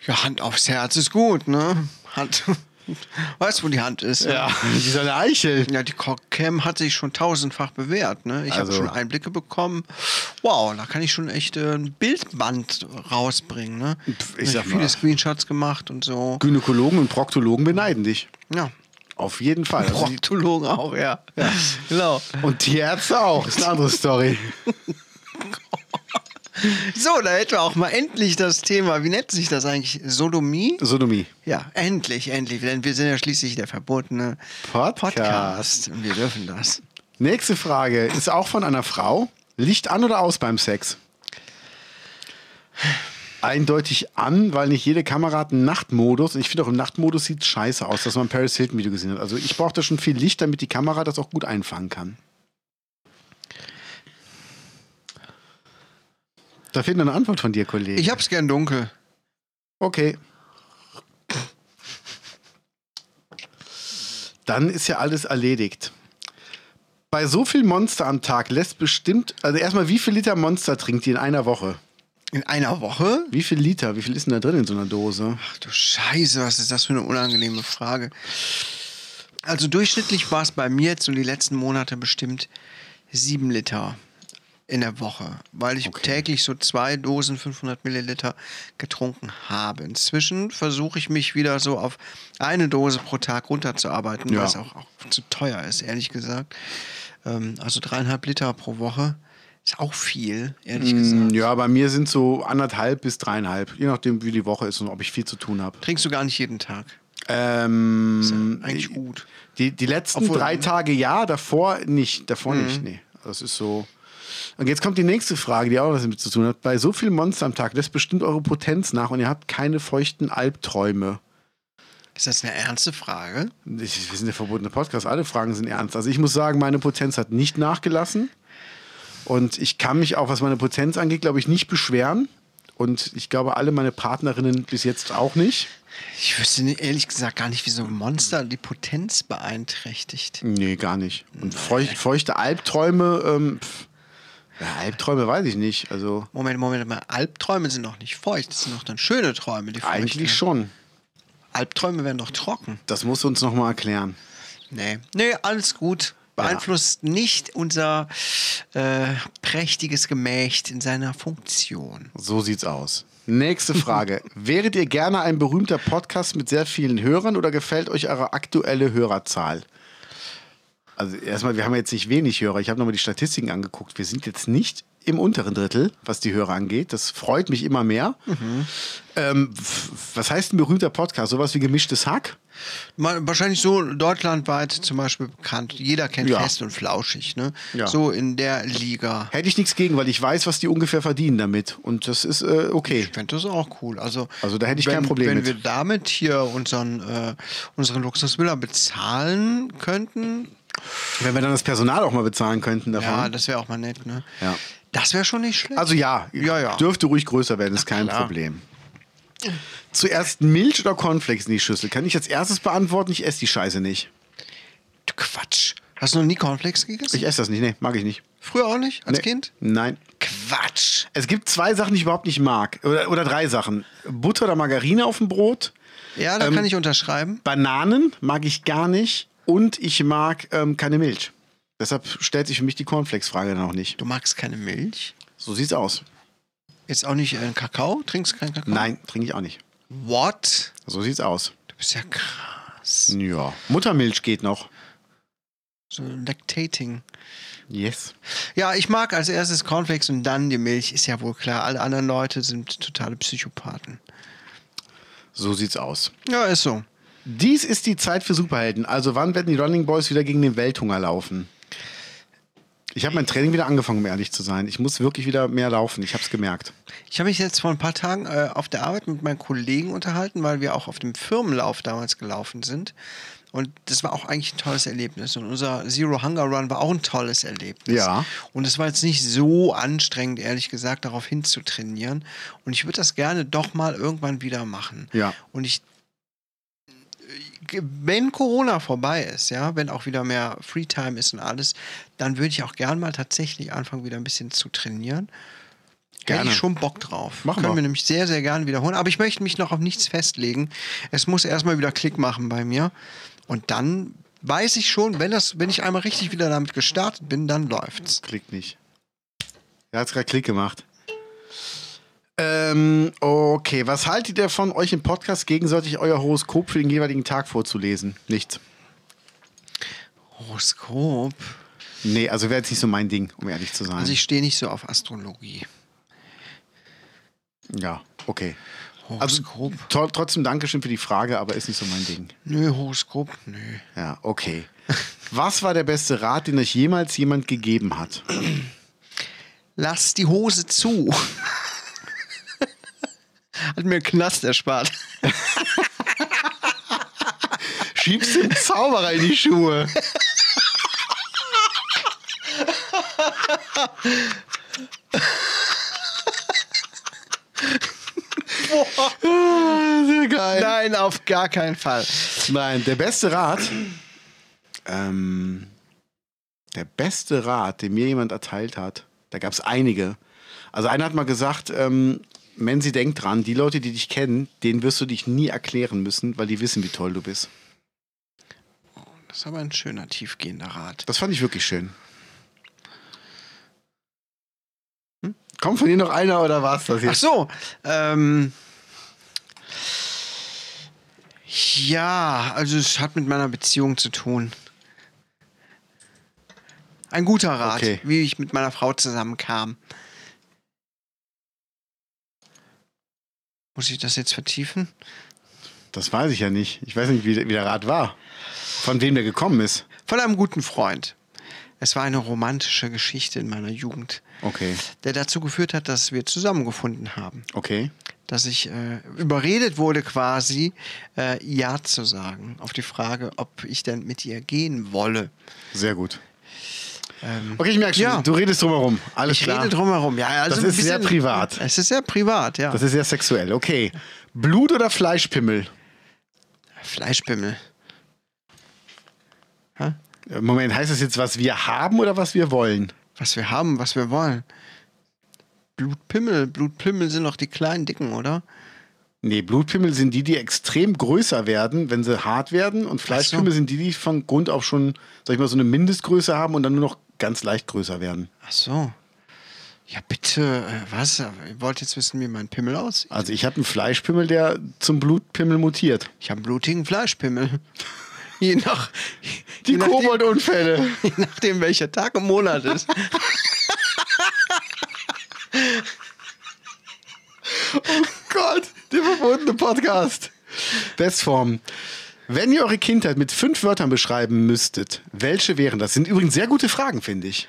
Ja, Hand aufs Herz ist gut, ne? Hand. Weißt du, wo die Hand ist? ne? Wie so eine Eichel. Ja, die Cockcam hat sich schon tausendfach bewährt. Ne? Ich habe Also- schon Einblicke bekommen. Wow, da kann ich schon echt äh, ein Bildband rausbringen. Ne? Pff, ich sag viele mal- Screenshots gemacht und so. Gynäkologen und Proktologen beneiden dich. Ja. Auf jeden Fall. Also die- Proktologen auch, ja. Genau. und Tierärzte auch. Ist eine andere Story. So, da hätten wir auch mal endlich das Thema. Wie nennt sich das eigentlich? Sodomie? Sodomie. Ja, endlich, endlich. Denn wir sind ja schließlich der verbotene Podcast. Podcast. Und wir dürfen das. Nächste Frage ist auch von einer Frau. Licht an oder aus beim Sex? Eindeutig an, weil nicht jede Kamera hat einen Nachtmodus. Und ich finde auch im Nachtmodus sieht scheiße aus, dass man ein Paris Hilton Video gesehen hat. Also ich brauche da schon viel Licht, damit die Kamera das auch gut einfangen kann. Da fehlt noch eine Antwort von dir, Kollege. Ich hab's gern dunkel. Okay. Dann ist ja alles erledigt. Bei so viel Monster am Tag lässt bestimmt, also erstmal, wie viel Liter Monster trinkt ihr in einer Woche? In einer Woche? Wie viel Liter? Wie viel ist denn da drin in so einer Dose? Ach du Scheiße, was ist das für eine unangenehme Frage. Also durchschnittlich war es bei mir jetzt so die letzten Monate bestimmt sieben Liter in der Woche, weil ich täglich so zwei Dosen 500 Milliliter getrunken habe. Inzwischen versuche ich mich wieder so auf eine Dose pro Tag runterzuarbeiten, Ja. weil es auch, auch zu teuer ist, ehrlich gesagt. Ähm, also dreieinhalb Liter pro Woche ist auch viel, ehrlich gesagt. Hm, Ja, bei mir sind so anderthalb bis dreieinhalb, je nachdem, wie die Woche ist und ob ich viel zu tun habe. Trinkst du gar nicht jeden Tag. Ähm, Eigentlich gut. Die, die letzten Obwohl- drei Tage ja, davor nicht. Davor nicht, nee. Das ist so. Und jetzt kommt die nächste Frage, die auch was damit zu tun hat. Bei so viel Monster am Tag lässt bestimmt eure Potenz nach und ihr habt keine feuchten Albträume. Ist das eine ernste Frage? Ich, wir sind der verbotene Podcast, alle Fragen sind ernst. Also ich muss sagen, meine Potenz hat nicht nachgelassen. Und ich kann mich auch, was meine Potenz angeht, glaube ich, nicht beschweren. Und ich glaube, alle meine Partnerinnen bis jetzt auch nicht. Ich wüsste nicht, ehrlich gesagt gar nicht, wie so ein Monster die Potenz beeinträchtigt. Nee, gar nicht. Und feucht, feuchte Albträume, ähm, pff, ja, Albträume weiß ich nicht. Also Moment, Moment, mal. Albträume sind noch nicht feucht, das sind noch dann schöne Träume, die feucht eigentlich werden. schon. Albträume werden doch trocken. Das musst du uns nochmal erklären. Nee. Nee, alles gut. beeinflusst nicht unser äh, prächtiges Gemächt in seiner Funktion. So sieht's aus. Nächste Frage. Wäret ihr gerne ein berühmter Podcast mit sehr vielen Hörern oder gefällt euch eure aktuelle Hörerzahl? Also erstmal, wir haben jetzt nicht wenig Hörer. Ich habe nochmal die Statistiken angeguckt. Wir sind jetzt nicht im unteren Drittel, was die Hörer angeht. Das freut mich immer mehr. Ähm, f- was heißt ein berühmter Podcast? Sowas wie gemischtes Hack? Mal, wahrscheinlich so deutschlandweit zum Beispiel bekannt. Jeder kennt Ja. fest und flauschig. Ne? Ja. So in der Liga. Hätte ich nichts gegen, weil ich weiß, was die ungefähr verdienen damit. Und das ist äh, okay. Ich fände das auch cool. Also, Also da hätte ich wenn, kein Problem Wenn mit. wir damit hier unseren, äh, unseren Luxusvilla bezahlen könnten, Wenn wir dann das Personal auch mal bezahlen könnten davon. ja, das wäre auch mal nett. Ne? Ja. Das wäre schon nicht schlecht. Also ja, Ja, ja. dürfte ruhig größer werden, ist kein klar. Problem. Zuerst Milch oder Cornflakes in die Schüssel? Kann ich als erstes beantworten, ich esse die Scheiße nicht. Du Quatsch. Hast du noch nie Cornflakes gegessen? Ich esse das nicht, nee, mag ich nicht. Früher auch nicht, als nee. Kind? Nein. Quatsch. Es gibt zwei Sachen, die ich überhaupt nicht mag. Oder, oder drei Sachen. Butter oder Margarine auf dem Brot, Ja, Ähm, da kann ich unterschreiben. Bananen mag ich gar nicht und ich mag ähm, keine Milch. Deshalb stellt sich für mich die Cornflakes-Frage dann auch nicht. Du magst keine Milch? So sieht's aus. Jetzt auch nicht einen Kakao? Trinkst keinen Kakao? Nein, trinke ich auch nicht. What? So sieht's aus. Du bist ja krass. Ja. Muttermilch geht noch. So lactating. Yes. Ja, ich mag als erstes Cornflakes und dann die Milch, ist ja wohl klar. Alle anderen Leute sind totale Psychopathen. So sieht's aus. Ja, ist so. Dies ist die Zeit für Superhelden. Also wann werden die Running Boys wieder gegen den Welthunger laufen? Ich habe mein Training wieder angefangen, um ehrlich zu sein. Ich muss wirklich wieder mehr laufen. Ich habe es gemerkt. Ich habe mich jetzt vor ein paar Tagen äh, auf der Arbeit mit meinen Kollegen unterhalten, weil wir auch auf dem Firmenlauf damals gelaufen sind. Und das war auch eigentlich ein tolles Erlebnis. Und unser Zero Hunger Run war auch ein tolles Erlebnis. Ja. Und es war jetzt nicht so anstrengend, ehrlich gesagt, darauf hinzutrainieren. Und ich würde das gerne doch mal irgendwann wieder machen. Ja. Und ich, äh, wenn Corona vorbei ist, ja, wenn auch wieder mehr Freetime ist und alles, dann würde ich auch gern mal tatsächlich anfangen, wieder ein bisschen zu trainieren. Gerne. Gerne. Hätte ich schon Bock drauf. Machen Können wir. wir nämlich sehr, sehr gern wiederholen. Aber ich möchte mich noch auf nichts festlegen. Es muss erstmal wieder Klick machen bei mir. Und dann weiß ich schon, wenn, das, wenn ich einmal richtig wieder damit gestartet bin, dann läuft's. Klick nicht. Er hat gerade Klick gemacht. Ähm, okay. Was haltet ihr von euch im Podcast gegenseitig euer Horoskop für den jeweiligen Tag vorzulesen? Nichts. Horoskop. Nee, also wäre jetzt nicht so mein Ding, um ehrlich zu sein. Also ich stehe nicht so auf Astrologie. ja, okay. Also Horoskop. tro- trotzdem Dankeschön für die Frage, aber ist nicht so mein Ding. nö, Horoskop, nö. Ja, okay. Was war der beste Rat, den euch jemals jemand gegeben hat? Lass die Hose zu. Hat mir Knast erspart. Schiebst den Zauberer in die Schuhe. Boah. Sehr geil. Nein, auf gar keinen Fall. Nein, der beste Rat. Ähm, der beste Rat, den mir jemand erteilt hat, da gab es einige. Also einer hat mal gesagt, ähm, Menzi, denk dran, die Leute, die dich kennen, denen wirst du dich nie erklären müssen, weil die wissen, wie toll du bist. Das ist aber ein schöner, tiefgehender Rat. Das fand ich wirklich schön. Hm? Kommt von dir noch einer oder war es das Ach jetzt? so. Ähm, ja, also es hat mit meiner Beziehung zu tun. Ein guter Rat, Okay. wie ich mit meiner Frau zusammenkam. Muss ich das jetzt vertiefen? Das weiß ich ja nicht. Ich weiß nicht, wie, der- wie der Rat war. Von wem der gekommen ist. Von einem guten Freund. Es war eine romantische Geschichte in meiner Jugend, Okay, der dazu geführt hat, dass wir zusammengefunden haben. okay. dass ich äh, überredet wurde quasi, äh, Ja zu sagen auf die Frage, ob ich denn mit ihr gehen wolle. Sehr gut. Ähm, Okay, ich merke schon, Ja. du redest drumherum. Alles ich klar. rede drumherum. Ja, also Das ein ist sehr bisschen- privat. Es ist sehr privat, ja. Das ist sehr sexuell. Okay. Blut oder Fleischpimmel? Fleischpimmel. Hä? Äh, Moment, heißt das jetzt, was wir haben oder was wir wollen? Was wir haben, was wir wollen. Blutpimmel, Blutpimmel sind doch die kleinen Dicken, oder? Nee, Blutpimmel sind die, die extrem größer werden, wenn sie hart werden. Und Fleischpimmel sind die, die von Grund auf schon, sag ich mal, so eine Mindestgröße haben und dann nur noch ganz leicht größer werden. Ach so. Ja, bitte, äh, was? Ihr wollt jetzt wissen, wie mein Pimmel aussieht? Also ich habe einen Fleischpimmel, der zum Blutpimmel mutiert. Ich habe einen blutigen Fleischpimmel. je nach, Die je nachdem, Koboldunfälle. je nachdem, welcher Tag im Monat ist. Gott, der verbotene Podcast. Bestform. Wenn ihr eure Kindheit mit fünf Wörtern beschreiben müsstet, welche wären das? Sind übrigens sehr gute Fragen, finde ich.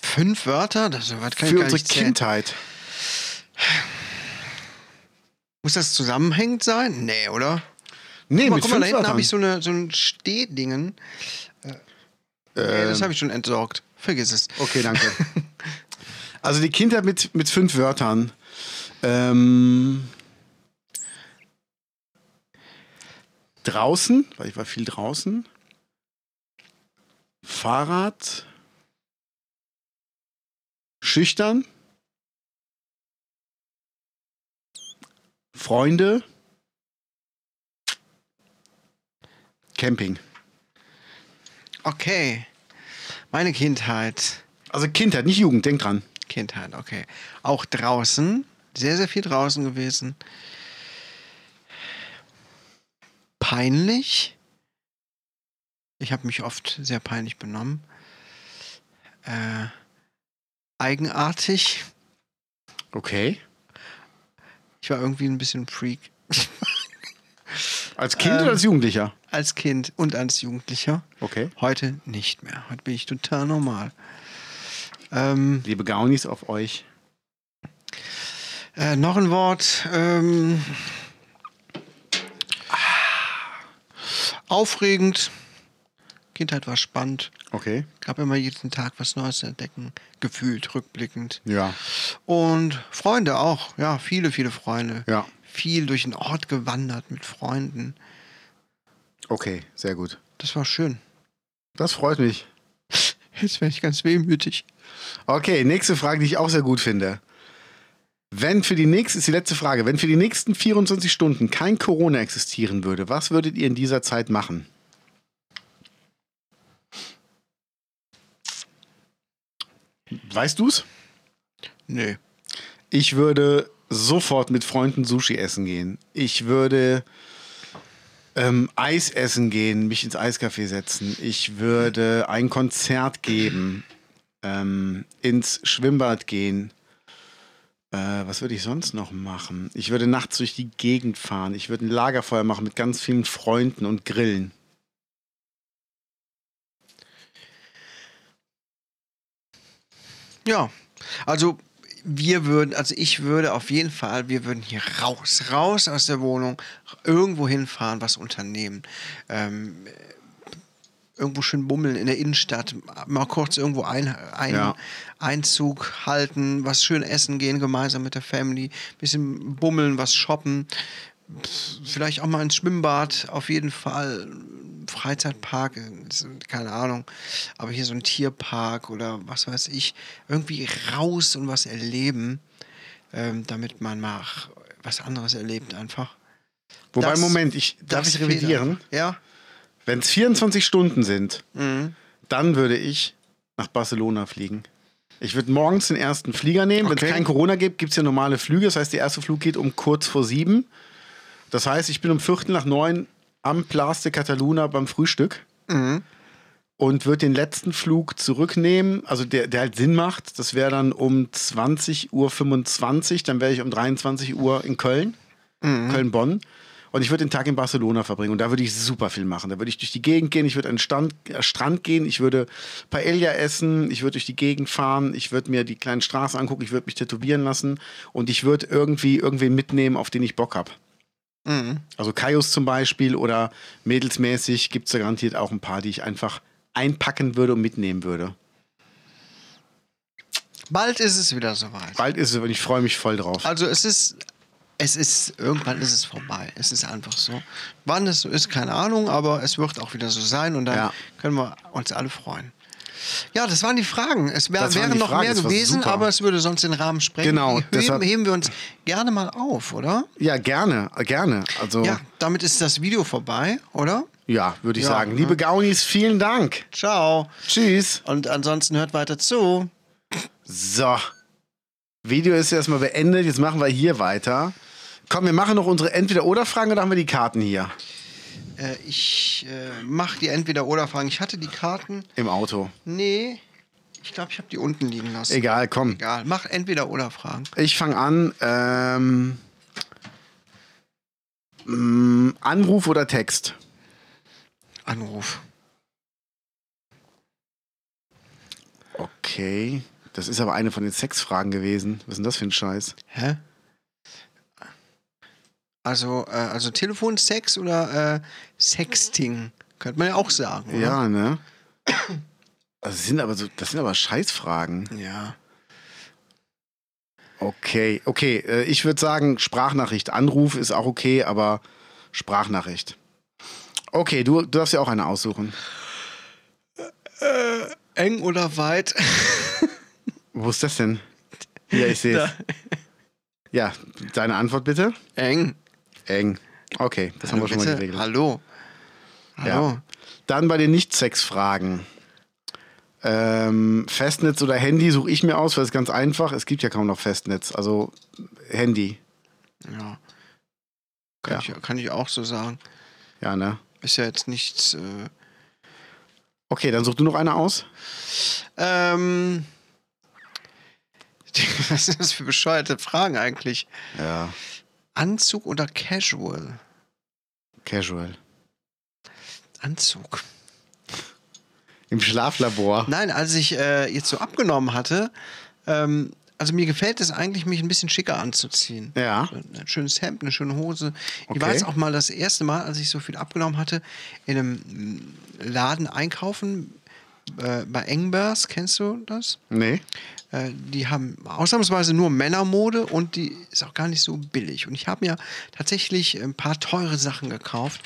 Fünf Wörter? Das so weit kann ich Für gar unsere nicht zählen. Kindheit. Muss das zusammenhängend sein? Nee, oder? Nee, Guck mal, mit guck mal da fünf hinten Wörtern. habe ich so, eine, so ein Stehdingen. Äh, nee, Ähm. das habe ich schon entsorgt. Vergiss es. Okay, danke. also die Kindheit mit, mit fünf Wörtern. Ähm, draußen, weil ich war viel draußen. Fahrrad. Schüchtern. Freunde. Camping. Okay. Meine Kindheit. Also Kindheit, nicht Jugend, denk dran. Kindheit, okay. Auch draußen. Sehr, sehr viel draußen gewesen. Peinlich. Ich habe mich oft sehr peinlich benommen. Äh, eigenartig. Okay. Ich war irgendwie ein bisschen Freak. Als Kind oder als Jugendlicher? als Kind und als Jugendlicher. Okay. Heute nicht mehr. Heute bin ich total normal. Ähm, Liebe Gaunis auf euch. äh, noch ein Wort. Ähm, ah, aufregend. Kindheit war spannend. Okay. Gab immer jeden Tag was Neues zu entdecken. Gefühlt, rückblickend. Ja. Und Freunde auch. Ja, viele, viele Freunde. Ja. Viel durch den Ort gewandert mit Freunden. Okay, sehr gut. Das war schön. Das freut mich. Jetzt werde ich ganz wehmütig. Okay, nächste Frage, die ich auch sehr gut finde. Wenn für die nächste, ist die letzte Frage, wenn für die nächsten 24 Stunden kein Corona existieren würde, was würdet ihr in dieser Zeit machen? Weißt du's? Nö. Ich würde sofort mit Freunden Sushi essen gehen. Ich würde ähm, Eis essen gehen, mich ins Eiscafé setzen. Ich würde ein Konzert geben, ähm, ins Schwimmbad gehen. Äh, was würde ich sonst noch machen? Ich würde nachts durch die Gegend fahren. Ich würde ein Lagerfeuer machen mit ganz vielen Freunden und grillen. Ja, also wir würden, also ich würde auf jeden Fall, wir würden hier raus, raus aus der Wohnung, irgendwo hinfahren, was unternehmen. Ähm, irgendwo schön bummeln in der Innenstadt, mal kurz irgendwo ein, ein, Ja. Einzug halten, was schön essen gehen, gemeinsam mit der Family, bisschen bummeln, was shoppen, Pff, vielleicht auch mal ins Schwimmbad, auf jeden Fall. Freizeitpark, äh, keine Ahnung, aber hier so ein Tierpark oder was weiß ich, irgendwie raus und was erleben, ähm, damit man mal was anderes erlebt einfach. Wobei, Das- Moment, ich, darf Das ich fehlt revidieren? einfach. Ja. Wenn es 24 Stunden sind, Mhm. dann würde ich nach Barcelona fliegen. Ich würde morgens den ersten Flieger nehmen. Wenn Okay. es kein Corona gibt, gibt es ja normale Flüge. Das heißt, der erste Flug geht um kurz vor sieben. Das heißt, ich bin um Viertel nach neun am Place de Cataluna beim Frühstück Mhm. und würde den letzten Flug zurücknehmen, also der, der halt Sinn macht. Das wäre dann um 20.25 Uhr, dann wäre ich um 23 Uhr in Köln, Mhm. Köln-Bonn. Und ich würde den Tag in Barcelona verbringen und da würde ich super viel machen. Da würde ich durch die Gegend gehen, ich würde an den Stand, äh, Strand gehen, ich würde Paella essen, ich würde durch die Gegend fahren, ich würde mir die kleinen Straßen angucken, ich würde mich tätowieren lassen und ich würde irgendwie irgendwen mitnehmen, auf den ich Bock habe. Mhm. Also Kaius zum Beispiel oder mädelsmäßig gibt es da garantiert auch ein paar, die ich einfach einpacken würde und mitnehmen würde. Bald ist es wieder soweit. Bald ist es und ich freue mich voll drauf. Also es ist, es ist, irgendwann ist es vorbei. Es ist einfach so. Wann es so ist, keine Ahnung, aber es wird auch wieder so sein und dann Ja. können wir uns alle freuen. Ja, das waren die Fragen. Es wär, Das waren wären die noch Fragen, mehr das war gewesen, super. aber es würde sonst den Rahmen sprengen. Genau, Die Heben, deshalb- heben wir uns gerne mal auf, oder? Ja, gerne, äh, gerne. Also, Ja, ja, damit ist das Video vorbei, oder? würde ich Ja, sagen. ne? Liebe Gaunis, vielen Dank. Ciao. Tschüss. Und ansonsten hört weiter zu. So. Video ist erstmal beendet. Jetzt machen wir hier weiter. Komm, wir machen noch unsere Entweder-Oder-Fragen oder haben wir die Karten hier Äh, ich äh, mache die Entweder-Oder-Fragen. Ich hatte die Karten. im Auto? Nee, ich glaube, ich habe die unten liegen lassen. Egal, komm. Egal, mach Entweder-Oder-Fragen. Ich fange an. Ähm, mm, Anruf oder Text? Anruf. Okay. Das ist aber eine von den Sexfragen gewesen. Was ist denn das für ein Scheiß? Hä? Also, äh, also Telefonsex oder äh, Sexting, könnte man ja auch sagen. Oder? Ja, ne? Also, Das sind aber so, das sind aber Scheißfragen. Ja. Okay, okay. äh, Ich würde sagen, Sprachnachricht. Anruf ist auch okay, aber Sprachnachricht. Okay, du, du darfst ja auch eine aussuchen. Eng oder weit? Wo ist das denn? Ja, ich sehe es. Ja, deine Antwort bitte. Eng. Eng. Okay, das haben wir schon mal Äh, Bitte? geregelt. Hallo. Ja. Hallo. Dann bei den Nicht-Sex-Fragen. Ähm, Festnetz oder Handy suche ich mir aus, weil es ganz einfach. Es gibt ja kaum noch Festnetz, also Handy. Ja. Kann, Ich, kann ich auch so sagen. Ja, ne? Ist ja jetzt nichts. Äh, Okay, dann such du noch eine aus. ähm. Was sind das für bescheuerte Fragen eigentlich? Ja. Anzug oder Casual? Casual. Anzug. Im Schlaflabor. Nein, als ich äh, jetzt so abgenommen hatte, ähm, also mir gefällt es eigentlich, mich ein bisschen schicker anzuziehen. Ja. Ein schönes Hemd, eine schöne Hose. Okay. Ich war jetzt auch mal das erste Mal, als ich so viel abgenommen hatte, in einem Laden einkaufen äh, bei Engbers. Kennst du das? Nee. Äh, die haben ausnahmsweise nur Männermode und die ist auch gar nicht so billig. Und ich habe mir tatsächlich ein paar teure Sachen gekauft,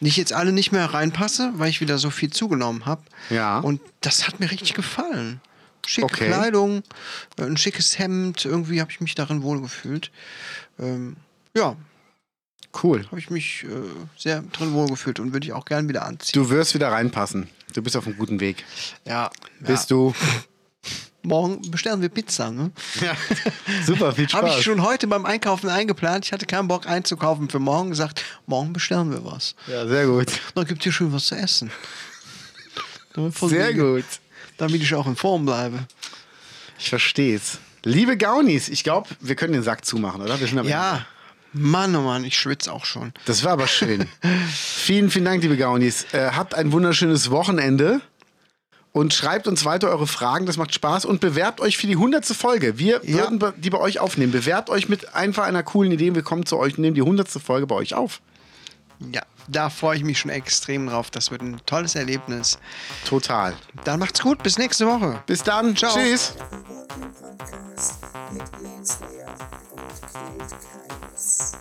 die ich jetzt alle nicht mehr reinpasse, weil ich wieder so viel zugenommen habe. Ja. Und das hat mir richtig gefallen. Schicke Okay. Kleidung, äh, ein schickes Hemd, irgendwie habe ich mich darin wohlgefühlt. Ähm, ja, Cool. habe ich mich äh, sehr drin wohlgefühlt und würde ich auch gern wieder anziehen. Du wirst wieder reinpassen. Du bist auf einem guten Weg. ja, Bist ja. du. Morgen bestellen wir Pizza, ne? Ja. Super, viel Spaß. Habe ich schon heute beim Einkaufen eingeplant. Ich hatte keinen Bock einzukaufen für morgen. Gesagt, morgen bestellen wir was. Ja, sehr gut. Dann gibt es hier schön was zu essen. Damit von Sehr wegen- gut. Damit ich auch in Form bleibe. Ich versteh's. Liebe Gaunis, ich glaube, wir können den Sack zumachen, oder? Wir sind am Ende. Ja, Mann, oh Mann, ich schwitze auch schon. Das war aber schön. vielen, vielen Dank, liebe Gaunis. Äh, habt ein wunderschönes Wochenende und schreibt uns weiter eure Fragen. Das macht Spaß und bewerbt euch für die hundertste Folge. Wir Ja. würden be- die bei euch aufnehmen. Bewerbt euch mit einfach einer coolen Idee. Wir kommen zu euch und nehmen die hundertste Folge bei euch auf. Ja, da freue ich mich schon extrem drauf. Das wird ein tolles Erlebnis. Total. Dann macht's gut, bis nächste Woche. Bis dann. Ciao. Tschüss. Podcast mit Jens Lea und Knut Kaius.